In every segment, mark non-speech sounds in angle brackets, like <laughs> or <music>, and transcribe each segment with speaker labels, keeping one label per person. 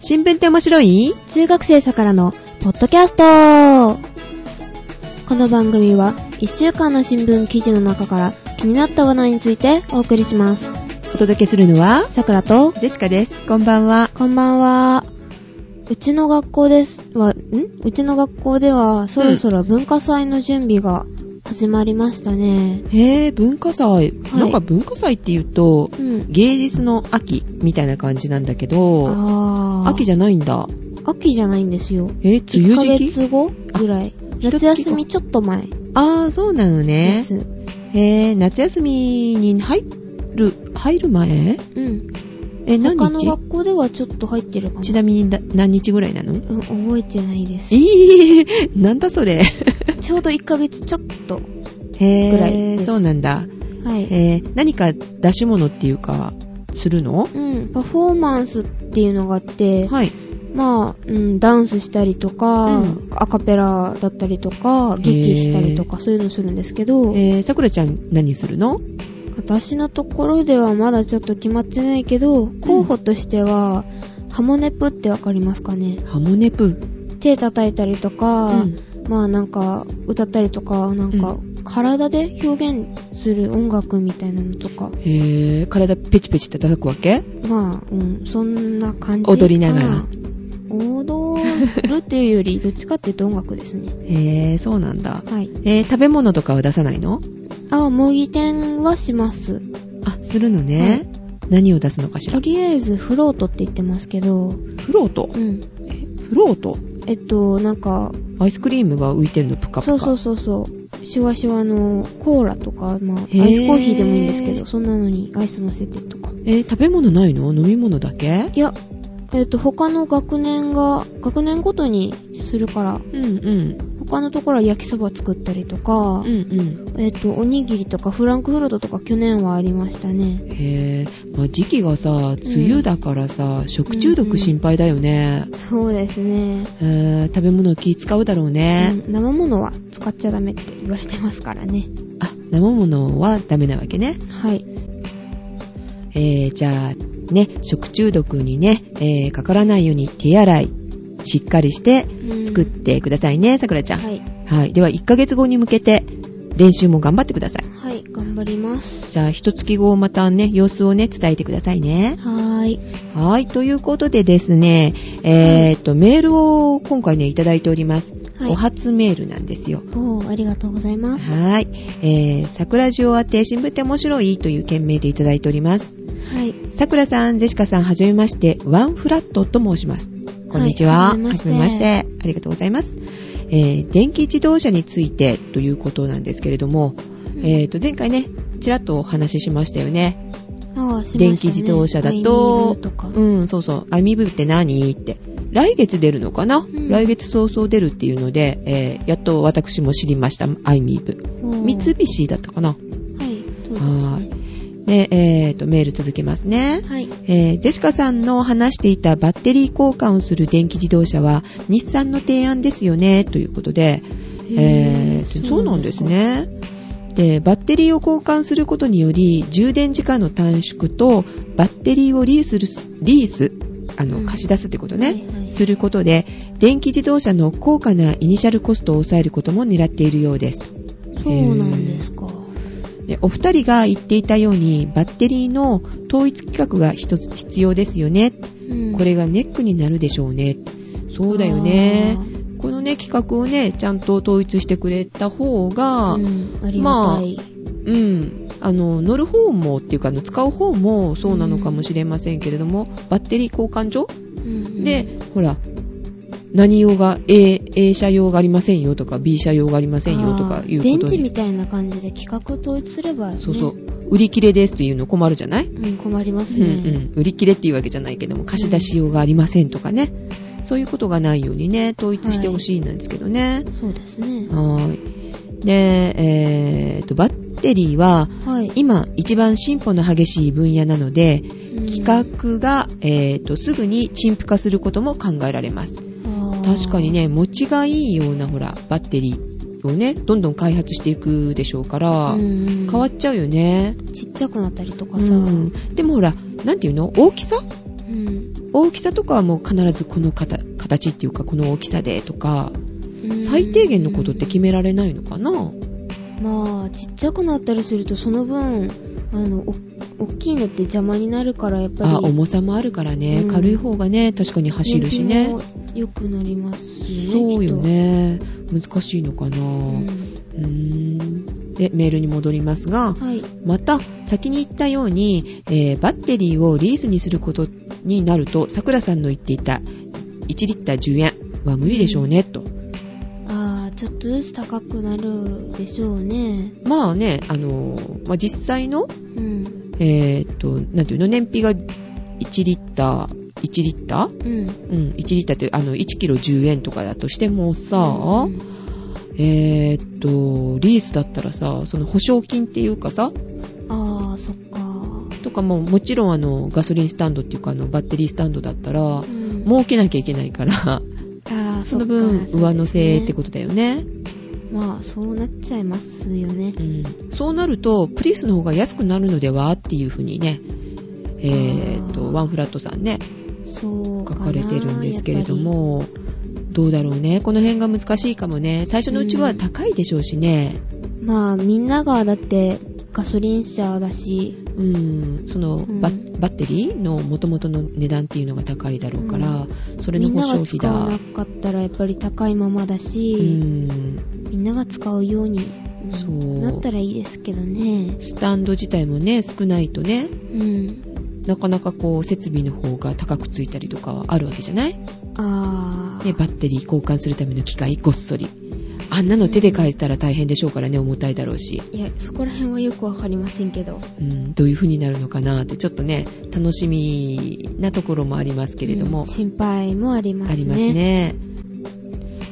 Speaker 1: 新聞って面白い
Speaker 2: 中学生さからのポッドキャストこの番組は1週間の新聞記事の中から気になった話題についてお送りします
Speaker 1: お届けするのは、
Speaker 2: さくらと
Speaker 1: ジェシカです。こんばんは。
Speaker 2: こんばんはうちの学校ですはんうちの学校ではそろそろ文化祭の準備が始まりましたね
Speaker 1: へえ、文化祭。なんか文化祭って言うと、
Speaker 2: うん
Speaker 1: 芸術の秋みたいな感じなんだけど、
Speaker 2: あー
Speaker 1: 秋じゃないんだ。
Speaker 2: 秋じゃないんですよ
Speaker 1: えー、梅雨時
Speaker 2: 1
Speaker 1: 期
Speaker 2: ヶ月後ぐらい
Speaker 1: 一月後
Speaker 2: 夏休みちょっと前
Speaker 1: あー、そうなの
Speaker 2: で
Speaker 1: ね。
Speaker 2: す、
Speaker 1: へえ、夏休みに入る、入る前
Speaker 2: うん
Speaker 1: え、何
Speaker 2: 他の
Speaker 1: 日
Speaker 2: 学校ではちょっと入ってるかも
Speaker 1: ちなみにだ何日ぐらいなの
Speaker 2: うん、覚えてないです。
Speaker 1: ええなんだ <laughs> それ。
Speaker 2: ちょうど1ヶ月ちょっと。
Speaker 1: へ
Speaker 2: ぐらいです
Speaker 1: そうなんだ。
Speaker 2: はい。
Speaker 1: えー、何か出し物っていうか、するの
Speaker 2: うん、パフォーマンスっていうのがあって、
Speaker 1: はい。
Speaker 2: まあ、うん、ダンスしたりとか、
Speaker 1: うん
Speaker 2: アカペラだったりと
Speaker 1: へ
Speaker 2: か
Speaker 1: ー、
Speaker 2: 劇したりとか、そういうのするんですけど、
Speaker 1: えー、さくらちゃん何するの
Speaker 2: 私のところではまだちょっと決まってないけど、候補としては、ハモネプってわかりますかね
Speaker 1: ハモネプ。
Speaker 2: 手叩いたりと
Speaker 1: う
Speaker 2: か、
Speaker 1: ん
Speaker 2: まあなんか歌ったりとか、なん
Speaker 1: う
Speaker 2: か体で表現する音楽みたいなのとか、
Speaker 1: へえ、体ペチペチって叩くわけ
Speaker 2: まあ、うん、そんな感じ。
Speaker 1: 踊りながら
Speaker 2: ああ。踊るっていうより、どっちかっていうと音楽ですね。
Speaker 1: へえ、そうなんだ。
Speaker 2: はい。
Speaker 1: えー、食べ物とかは出さないの
Speaker 2: あ、模擬店はします。
Speaker 1: あ、するのね。何を出すのかし
Speaker 2: と
Speaker 1: ら。
Speaker 2: りあえず、フロートって言ってますけど、
Speaker 1: フロート
Speaker 2: う。ん。
Speaker 1: フロート
Speaker 2: えっと、なんか、
Speaker 1: アイスクリームが浮いてるのプカプカ。
Speaker 2: そうそうそうそう、シュワシュワのコーラとか、まあ、ア
Speaker 1: へー
Speaker 2: イスコーヒーでもいいんですけど、そんなのにアイス乗せてとか。
Speaker 1: えー、食べ物ないの飲み物だけ
Speaker 2: いや、えっと、他の学年が、学年ごとにするから、
Speaker 1: うんうん。
Speaker 2: 他のところは焼きそば作ったりとか、
Speaker 1: うんうん。
Speaker 2: えっ、と、おにぎりとかフランクフルトとか去年はありましたね。
Speaker 1: へえ、まあ、時期がさ、梅雨だからさ、食中毒心配だよね。
Speaker 2: そうですね。
Speaker 1: えー食べ物気使うだろうね。
Speaker 2: うん生物は使っちゃダメって言われてますからね。
Speaker 1: あ、生物はダメなわけね。
Speaker 2: はい。
Speaker 1: えー、じゃあ、ね、食中毒にね、えー、かからないように手洗い、しっかりして作ってくださいね、さくらちゃん。
Speaker 2: はい。
Speaker 1: はい。では、1ヶ月後に向けて、練習も頑張ってください。
Speaker 2: はい、頑張ります。
Speaker 1: じゃあ、一月後またね、様子をね、伝えてくださいね。
Speaker 2: はーい。
Speaker 1: はい。ということでですね、えー、っと、メールを今回ね、いただいております。
Speaker 2: はい
Speaker 1: お初メールなんですよ。
Speaker 2: おー、ありがとうございます。
Speaker 1: はい。えー、桜ジオ宛て新聞って面白いという件名でいただいております。
Speaker 2: はい。
Speaker 1: 桜さん、ジェシカさん、はじめまして、ワンフラットと申します。こんにちは。
Speaker 2: はいはじ
Speaker 1: は
Speaker 2: めま
Speaker 1: じ
Speaker 2: して
Speaker 1: めまして。ありがとうございます。えー、電気自動車についてということなんですけれども、えー、と、前回ね、ちらっとお話ししましたよね。
Speaker 2: あーしましたね
Speaker 1: 電気自動車だと
Speaker 2: アイミールとか。
Speaker 1: うん、そうそう。アミブって何って。来月出るのかな、
Speaker 2: ん
Speaker 1: 来月早々出るっていうので、えー、やっと私も知りました。アイミーブ。
Speaker 2: おー
Speaker 1: 三菱だったかな
Speaker 2: はい、そうですね。
Speaker 1: はいで、えー、と、メール続けますね。
Speaker 2: はい。
Speaker 1: えージェシカさんの話していたバッテリー交換をする電気自動車は、日産の提案ですよね、ということで、えーとそうなんです
Speaker 2: か。
Speaker 1: ね。で、バッテリーを交換することにより、充電時間の短縮と、バッテリーをリースする、リース、あの、
Speaker 2: うん
Speaker 1: 貸し出すってことね、
Speaker 2: はいはい
Speaker 1: することで、電気自動車の高価なイニシャルコストを抑えることも狙っているようです。
Speaker 2: そうなんですか。
Speaker 1: でお二人が言っていたようにバッテリーの統一規格が一つ必要ですよね、
Speaker 2: うん
Speaker 1: これがネックになるでしょうねそうだよねこのね規格をねちゃんと統一してくれた方
Speaker 2: あ
Speaker 1: が
Speaker 2: ー、うん、ありがたい。
Speaker 1: うん、あの乗る方もっていうかあの使う方もそうなのかもしれませんけれども、バッテリー交換所、
Speaker 2: うん
Speaker 1: で、ほら何用が A, A 車用がありませんよとか B 車用がありませんよとかいうこと
Speaker 2: あー
Speaker 1: に
Speaker 2: 電池みたいな感じで企画統一すれば、ね、
Speaker 1: そうそう、売り切れですというの困るじゃない
Speaker 2: うん、困ります
Speaker 1: うん
Speaker 2: ね、
Speaker 1: うん、売り切れっていうわけじゃないけども貸し出し用がありませんとかね、そういうことがないようにね統一してほしいんですけどね、
Speaker 2: そうですね
Speaker 1: はーいでえー、とバッテリーは
Speaker 2: はい
Speaker 1: 今一番進歩の激しい分野なので
Speaker 2: 企
Speaker 1: 規格が、えー、とすぐに陳腐化することも考えられます確かにね持ちがいいようなほらバッテリーをねどんどん開発していくでしょうから、変
Speaker 2: 変
Speaker 1: わっちゃうよね、
Speaker 2: ちっちゃくなったりとか
Speaker 1: う
Speaker 2: さ、
Speaker 1: ん、でもほらなんていうの大きさ
Speaker 2: うん
Speaker 1: 大きさとかはもう必ずこの形形っていうかこの大きさでとか最低限のことって決められないのかな
Speaker 2: まあちっちゃくなったりするとその分あのお大きいのって邪魔になるからやっぱり
Speaker 1: あ重さもあるからね、
Speaker 2: うん
Speaker 1: 軽い方がね確かに走るしね
Speaker 2: 燃費も良くなりますよね
Speaker 1: そうよね難しいのかな
Speaker 2: きっとうん
Speaker 1: うーんでメールに戻りますが
Speaker 2: はい
Speaker 1: また先に言ったように、えーバッテリーをリースにすることになるとさくらさんの言っていた1リッター10円は無理でしょうね、と
Speaker 2: ああちょっとずつ高くなるでしょうね
Speaker 1: まあねあのーまあ、実際の
Speaker 2: うん
Speaker 1: えーっとなんていうの燃費が1リッター1リッター
Speaker 2: うん
Speaker 1: うん、1リッターってあの1キロ10円とかだとしてもさ、
Speaker 2: うん
Speaker 1: えーっとリースだったらさその保証金っていうかさ
Speaker 2: ああそっか
Speaker 1: とかももちろんあのガソリンスタンドっていうかあのバッテリースタンドだったら
Speaker 2: うん
Speaker 1: 儲けなきゃいけないから
Speaker 2: あー
Speaker 1: その分
Speaker 2: っか
Speaker 1: 上乗せってことだよね
Speaker 2: そうですねまあそうなっちゃいますよね
Speaker 1: うん、そうなるとプリウスの方が安くなるのではっていうふうにねえーっ
Speaker 2: あー
Speaker 1: とワンフラットさんね
Speaker 2: そう
Speaker 1: 書
Speaker 2: かな
Speaker 1: かれてるんですけれどもどうだろうねこの辺が難しいかもね最初のうちは高いでしょうしね、
Speaker 2: やっぱりまあみんながだってガソリン車だし
Speaker 1: うん、その
Speaker 2: うん
Speaker 1: バッバッテリーの元々の値段っていうのが高いだろうから、それ
Speaker 2: み
Speaker 1: の
Speaker 2: んな
Speaker 1: 保
Speaker 2: が
Speaker 1: 証
Speaker 2: 使
Speaker 1: 費
Speaker 2: わ
Speaker 1: だ
Speaker 2: な。かったらやっぱり高いままだ
Speaker 1: う
Speaker 2: し、
Speaker 1: ん、
Speaker 2: みんなが使うようにうん
Speaker 1: そう
Speaker 2: なったらいいですけどね
Speaker 1: スタンド自体もね少ないとね
Speaker 2: うん
Speaker 1: なかなかこう設備の方が高くついたりとかはあるわけじゃない、ね、
Speaker 2: ああ、
Speaker 1: バッテリー交換するための機械ごっそりあんなの手で変えたら大変でしょうからね重たいだろうし、
Speaker 2: いやそこら辺はよくわかりませんけど
Speaker 1: うん、どういう風になるのかなってちょっとね楽しみなところもありますけれども、
Speaker 2: うん心配もありますね
Speaker 1: ありますね。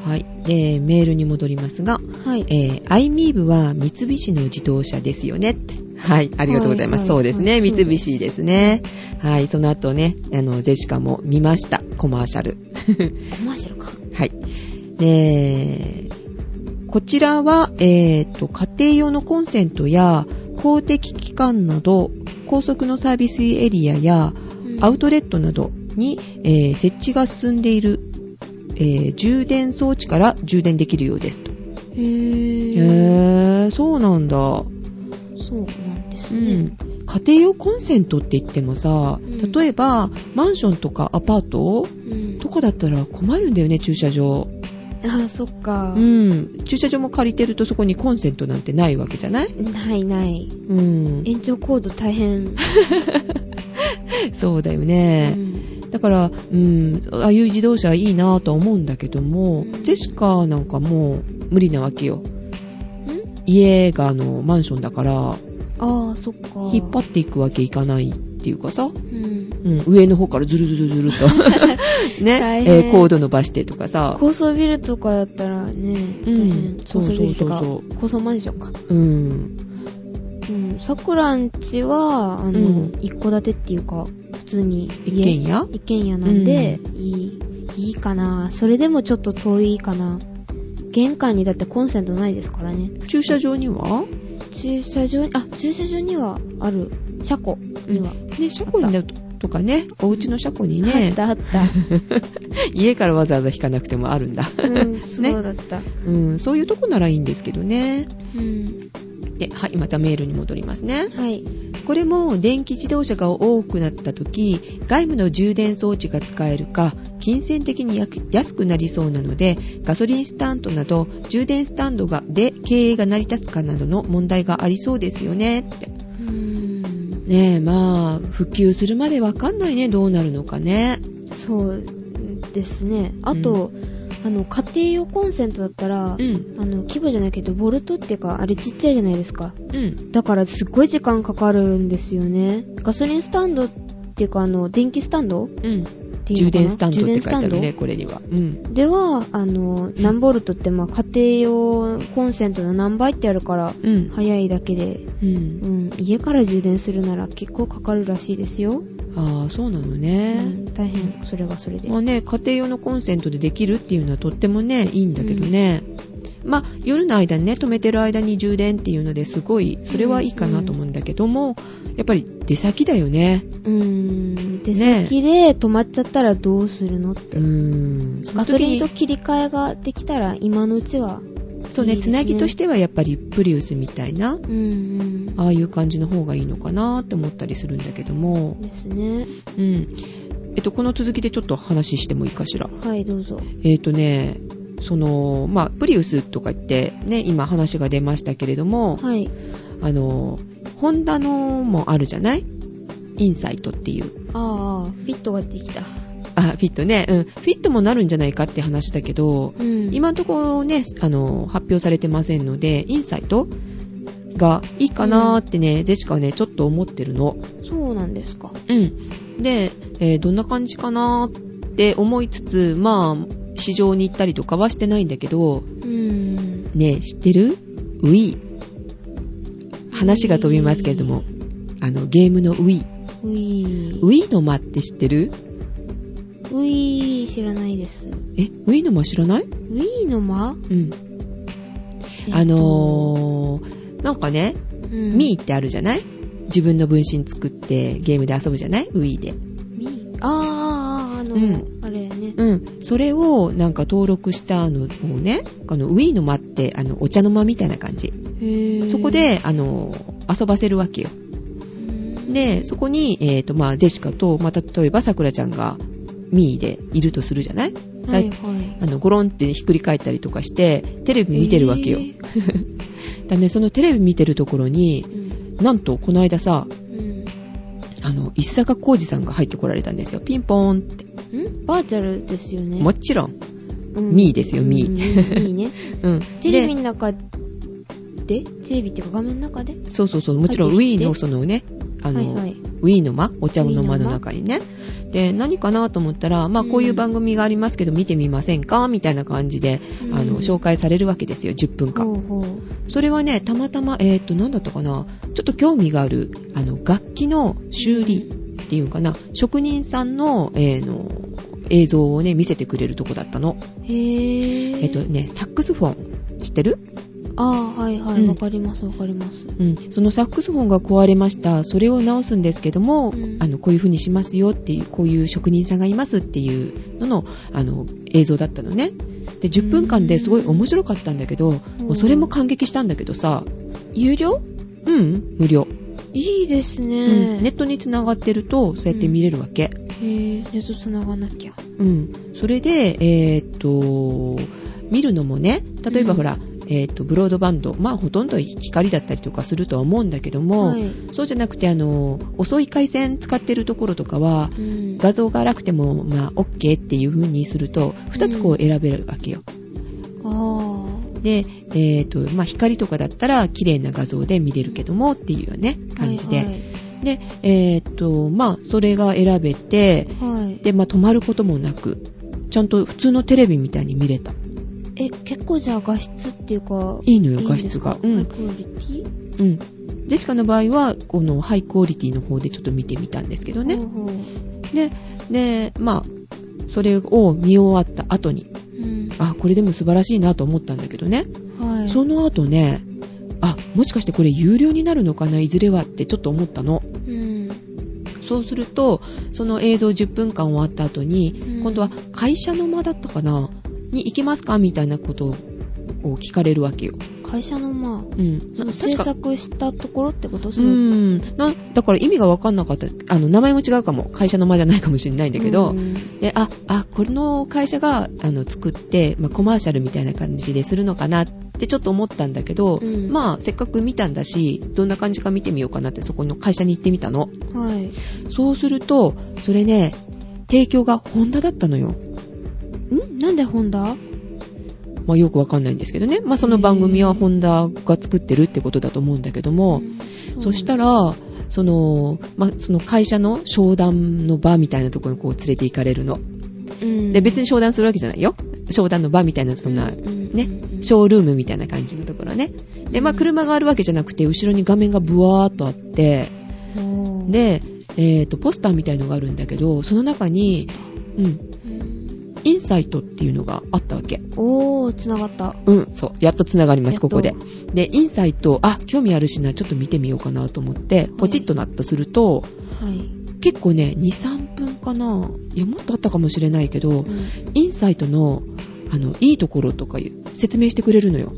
Speaker 1: はい。で、メールに戻りますが、
Speaker 2: はい
Speaker 1: えー、アイミーブは三菱の自動車ですよねって。はい。ありがとうございます。
Speaker 2: はい
Speaker 1: そうですね。
Speaker 2: はい
Speaker 1: 三菱ですね。はい。その後ね、あの、ジェシカも見ました。コマーシャル。
Speaker 2: コマーシャルか
Speaker 1: はい。で、こちらは、えーと、家庭用のコンセントや、公的機関など、高速のサービスエリアや、アウトレットなどに、えー設置が進んでいる、えー充電装置から充電できるようですと。
Speaker 2: へー
Speaker 1: へー、そうなんだ。
Speaker 2: そうなんです
Speaker 1: う
Speaker 2: ね
Speaker 1: ん。家庭用コンセントって言ってもさ
Speaker 2: うん、
Speaker 1: 例えば、マンションとかアパート
Speaker 2: うん
Speaker 1: とかだったら困るんだよね、駐車場。
Speaker 2: ああそっか
Speaker 1: うん。駐車場も借りてるとそこにコンセントなんてないわけじゃない
Speaker 2: ないない
Speaker 1: うん。
Speaker 2: 延長コード大変
Speaker 1: そうだよ
Speaker 2: う
Speaker 1: ね。
Speaker 2: ん
Speaker 1: だから、うん、ああいう自動車いいなぁとは思うんだけども、
Speaker 2: うん
Speaker 1: ジェシカなんかもう無理なわけよ。家があのマンションだから
Speaker 2: ああそっか
Speaker 1: 引っ張っていくわけいかないっていうかさ、
Speaker 2: うん
Speaker 1: うん、上の方からズルズルズル
Speaker 2: <laughs>
Speaker 1: と
Speaker 2: 大
Speaker 1: ね、
Speaker 2: 変
Speaker 1: えー高度伸ばしてとかさ、
Speaker 2: 高層ビルとかだったらね、
Speaker 1: うん
Speaker 2: 大変
Speaker 1: そうそう
Speaker 2: 高層
Speaker 1: そうそう
Speaker 2: ビルとか高層マンションか
Speaker 1: うん、
Speaker 2: うんさくらんちはあの、
Speaker 1: うん
Speaker 2: 一戸建てっていうか普通に
Speaker 1: 一軒家
Speaker 2: 一軒家なんで、いいいいかなそれでもちょっと遠いかな玄関にだってコンセントないですからね
Speaker 1: 駐車場には、
Speaker 2: 駐車場にあ駐車場にはある車庫
Speaker 1: うん
Speaker 2: には、
Speaker 1: ね、車庫にだととかね、お家の車庫にね、
Speaker 2: あったあっ
Speaker 1: 家からわざわざ引かなくてもあるんだ。
Speaker 2: た、 <laughs> うん、そうだった、
Speaker 1: うん、そういうとこならいいんですけどね。
Speaker 2: うん
Speaker 1: で、はい、またメールに戻りますね。
Speaker 2: はい
Speaker 1: これも電気自動車が多くなった時外部の充電装置が使えるか金銭的にや安くなりそうなのでガソリンスタンドなど充電スタンドがで経営が成り立つかなどの問題がありそうですよねって
Speaker 2: うん
Speaker 1: ねえまあ普及するまでわかんないねどうなるのかね
Speaker 2: そうですねあと、あの家庭用コンセントだったら、
Speaker 1: うん
Speaker 2: あの規模じゃないけどボルトっていうかあれちっちゃいじゃないですか
Speaker 1: うん
Speaker 2: だからすっごい時間かかるんですよねガソリンスタンドっていうかあの電気スタンドっ
Speaker 1: うん
Speaker 2: てい
Speaker 1: 充
Speaker 2: うのかな
Speaker 1: 電スタンドって書いてあ
Speaker 2: 充
Speaker 1: る
Speaker 2: 電
Speaker 1: ね
Speaker 2: ス
Speaker 1: これにはうん
Speaker 2: タンドではあの何ボルトってまあ家庭用コンセントの何倍ってあるから
Speaker 1: うん、
Speaker 2: 早いだけで、
Speaker 1: うん
Speaker 2: う、ん、家から充電するなら結構かかるらしいですよ、
Speaker 1: ああそうなのね、
Speaker 2: うん大変それはそれで、
Speaker 1: まあね、家庭用のコンセントでできるっていうのはとってもね、いいんだけどね。まあ、夜の間にね、止めてる間に充電っていうのですごい、それはいいかなと思うんだけども、やっぱり出先だよね。
Speaker 2: うーん。で、
Speaker 1: ね
Speaker 2: 先で止まっちゃったらどうするのって
Speaker 1: う。ーん。その
Speaker 2: ガソ
Speaker 1: 時
Speaker 2: リン
Speaker 1: に
Speaker 2: と切り替えができたら今のうちは。
Speaker 1: そうね
Speaker 2: いいです
Speaker 1: つ
Speaker 2: ね
Speaker 1: なぎとしてはやっぱりプリウスみたいな、
Speaker 2: うん
Speaker 1: ああいう感じの方がいいのかなって思ったりするんだけども
Speaker 2: うん。、ですね。
Speaker 1: うん。えっと、この続きでちょっと話してもいいかしら。
Speaker 2: はい、どうぞ。
Speaker 1: えっ、とね、その、まあ、プリウスとか言ってね、今話が出ましたけれども、
Speaker 2: はい。
Speaker 1: あの、ホンダのもあるじゃないインサイトっていう。
Speaker 2: ああ、フィットができた。
Speaker 1: あ、フィットね。うん。フィットもなるんじゃないかって話だけど、
Speaker 2: うん。
Speaker 1: 今のところね、あの、発表されてませんので、インサイトがいいかなーってね、ジェシカはね、ちょっと思ってるの。
Speaker 2: そうなんですか。
Speaker 1: うん。で、えーどんな感じかなーって思いつつ、まあ、市場に行ったりとかはしてないんだけど、
Speaker 2: うん。
Speaker 1: ねえ、知ってるウィ話が飛びますけれども、あの、ゲームのウィ
Speaker 2: うい
Speaker 1: ウィの間って知ってる
Speaker 2: うい知らないです。
Speaker 1: え、ウィの間知らないう
Speaker 2: いの間
Speaker 1: うん。あ、のー、なんかね、
Speaker 2: えっとうん
Speaker 1: ミーってあるじゃない自分の分身作ってゲームで遊ぶじゃないウィで。
Speaker 2: みあーあー、あーあの、
Speaker 1: うん
Speaker 2: あれね。
Speaker 1: うん。それをなんか登録したのをね、あの、ウィの間って、あの、お茶の間みたいな感じ。
Speaker 2: へー
Speaker 1: そこ、で、あのー、遊ばせるわけよ。
Speaker 2: うん、
Speaker 1: で、そこに、えっ、と、まあ、ジェシカと、また、例えば、さくらちゃんが、ミーでいるとするじゃないだ
Speaker 2: はい
Speaker 1: い
Speaker 2: はい。
Speaker 1: あの、ゴロンってひっくり返ったりとかして、テレビ見てるわけよ。
Speaker 2: へー
Speaker 1: だね、そのテレビ見てるところに、
Speaker 2: うん
Speaker 1: なんと、この間さ、
Speaker 2: うん
Speaker 1: あの、石坂浩二さんが入ってこられたんですよ。ピンポーンって。
Speaker 2: んバーチャルですよね。
Speaker 1: もちろん。
Speaker 2: うん
Speaker 1: ミーですよ
Speaker 2: うん
Speaker 1: ミー
Speaker 2: うんミーね。
Speaker 1: うん。
Speaker 2: テレビ
Speaker 1: <laughs> で
Speaker 2: の中でテレビっていうか画面の中で
Speaker 1: そうそうそう、もちろん、ウ
Speaker 2: 入って
Speaker 1: ィ
Speaker 2: き
Speaker 1: ー
Speaker 2: て
Speaker 1: の、そのね、あ
Speaker 2: はい
Speaker 1: の、
Speaker 2: はい。
Speaker 1: ウィーの間お茶の間の中にね。で、何かなと思ったら、まあ、こういう番組がありますけど、見てみませんかみたいな感じで、あの、紹
Speaker 2: 介
Speaker 1: 介されるわけですよ、10分間。
Speaker 2: ほうほう。
Speaker 1: それはね、たまたま、えっ、と、なんだったかな、ちょっと興味がある、あの、楽器の修理っていうのかな、職人さんの、えーの、映像をね、見せてくれるとこだったの。
Speaker 2: へぇー。
Speaker 1: えっ、とね、サックスフォン、知ってる
Speaker 2: ああ、はいは
Speaker 1: う
Speaker 2: い。
Speaker 1: ん
Speaker 2: わかりますわかります。
Speaker 1: うん。そのサックスフォンが壊れました。それを直すんですけども、
Speaker 2: うん
Speaker 1: あの、こういう風にしますよっていう、こういう職人さんがいますっていうのの、あの、映像だったのね。で、10分間ですごい面白かったんだけど、もうそれも感激したんだけどさ、
Speaker 2: 有料
Speaker 1: うん、無料。
Speaker 2: いいですね。
Speaker 1: ネットにつながってるとそうやって見れるわけ、
Speaker 2: へぇー。ネット繋がなきゃ。
Speaker 1: うんそれで、えーっと見るのもね例えば
Speaker 2: うん
Speaker 1: ほら、えーっとブロードバンドまあほとんど光だったりとかするとは思うんだけども、
Speaker 2: はい。
Speaker 1: そうじゃなくてあの遅い回線使ってるところとかは
Speaker 2: うん
Speaker 1: 画像が荒くても、まあ、OK っていう風にすると2つこう選べるわけよ、
Speaker 2: ああ。
Speaker 1: で、えーっとまあ、光とかだったら綺麗な画像で見れるけどもっていうよね感じで、
Speaker 2: はい
Speaker 1: で、えーっとまあ、それが選べて、
Speaker 2: はい。はい。
Speaker 1: で、まあ、止まることもなく、ちゃんと普通のテレビみたいに見れた。
Speaker 2: え、結構じゃあ画質っていうか、
Speaker 1: いいのよ、
Speaker 2: いいん
Speaker 1: 画
Speaker 2: です
Speaker 1: 質が。
Speaker 2: か
Speaker 1: う
Speaker 2: ハイ
Speaker 1: ん。
Speaker 2: クオリティ
Speaker 1: うん。ジェシカの場合は、このハイクオリティの方でちょっと見てみたんですけどね。
Speaker 2: ほうほう
Speaker 1: で、で、まあ、それを見終わった後に、
Speaker 2: うん。
Speaker 1: あ、これでも素晴らしいなと思ったんだけどね。
Speaker 2: はい。
Speaker 1: その後ね、あ、もしかしてこれ有料になるのかないずれはってちょっと思ったの。
Speaker 2: うん。
Speaker 1: そうすると、その映像10分間終わった後に、
Speaker 2: うん
Speaker 1: 今度は会社の間だったかなに行きますかみたいなことを聞かれるわけよ。
Speaker 2: 会社のまあ、
Speaker 1: うん。
Speaker 2: その制
Speaker 1: 確か、
Speaker 2: 作したところってことそうの
Speaker 1: ん。なだから意味がわかんなかった。あの、名前も違うかも。会社の間じゃないかもしれないんだけど、
Speaker 2: うん
Speaker 1: で、あ、あ、この会社が、あの、作って、まあ、コマーシャルみたいな感じでするのかなってちょっと思ったんだけど、
Speaker 2: うん
Speaker 1: まあ、せっかく見たんだし、どんな感じか見てみようかなって、そこの会社に行ってみたの。
Speaker 2: はい。
Speaker 1: そうすると、それね、提供がホンダだったのよ。
Speaker 2: んなんでホンダ
Speaker 1: まあ、よくわかんないんですけどね。まあ、その番組はホンダが作ってるってことだと思うんだけども、そした
Speaker 2: ら、
Speaker 1: ら、その、まあ、その会社の商談の場みたいなところにこう連れて行かれるの。
Speaker 2: うん
Speaker 1: で、別に商談するわけじゃないよ。商談の場みたいな、そんな、
Speaker 2: うんうん
Speaker 1: ね
Speaker 2: うんうん
Speaker 1: ショールームみたいな感じのところね。で、まあ、車があるわけじゃなくて、後ろに画面がブワーっとあって、
Speaker 2: おー、
Speaker 1: で、えっ、と、ポスターみたいのがあるんだけど、その中に、うん、
Speaker 2: うん
Speaker 1: インサイトっていうのがあったわけ。
Speaker 2: おー、つながった。
Speaker 1: うん、そう。やっと繋がりま
Speaker 2: や
Speaker 1: す、
Speaker 2: っと
Speaker 1: ここで。で、インサイト、あ、興味あるしな、ちょっと見てみようかなと思って、ポチッとなったすると、
Speaker 2: はい。
Speaker 1: 結構ね、2、3分かな。いや、もっとあったかもしれないけど、
Speaker 2: う
Speaker 1: インサイトの、あの、いいところとかいう説明してくれるのよ。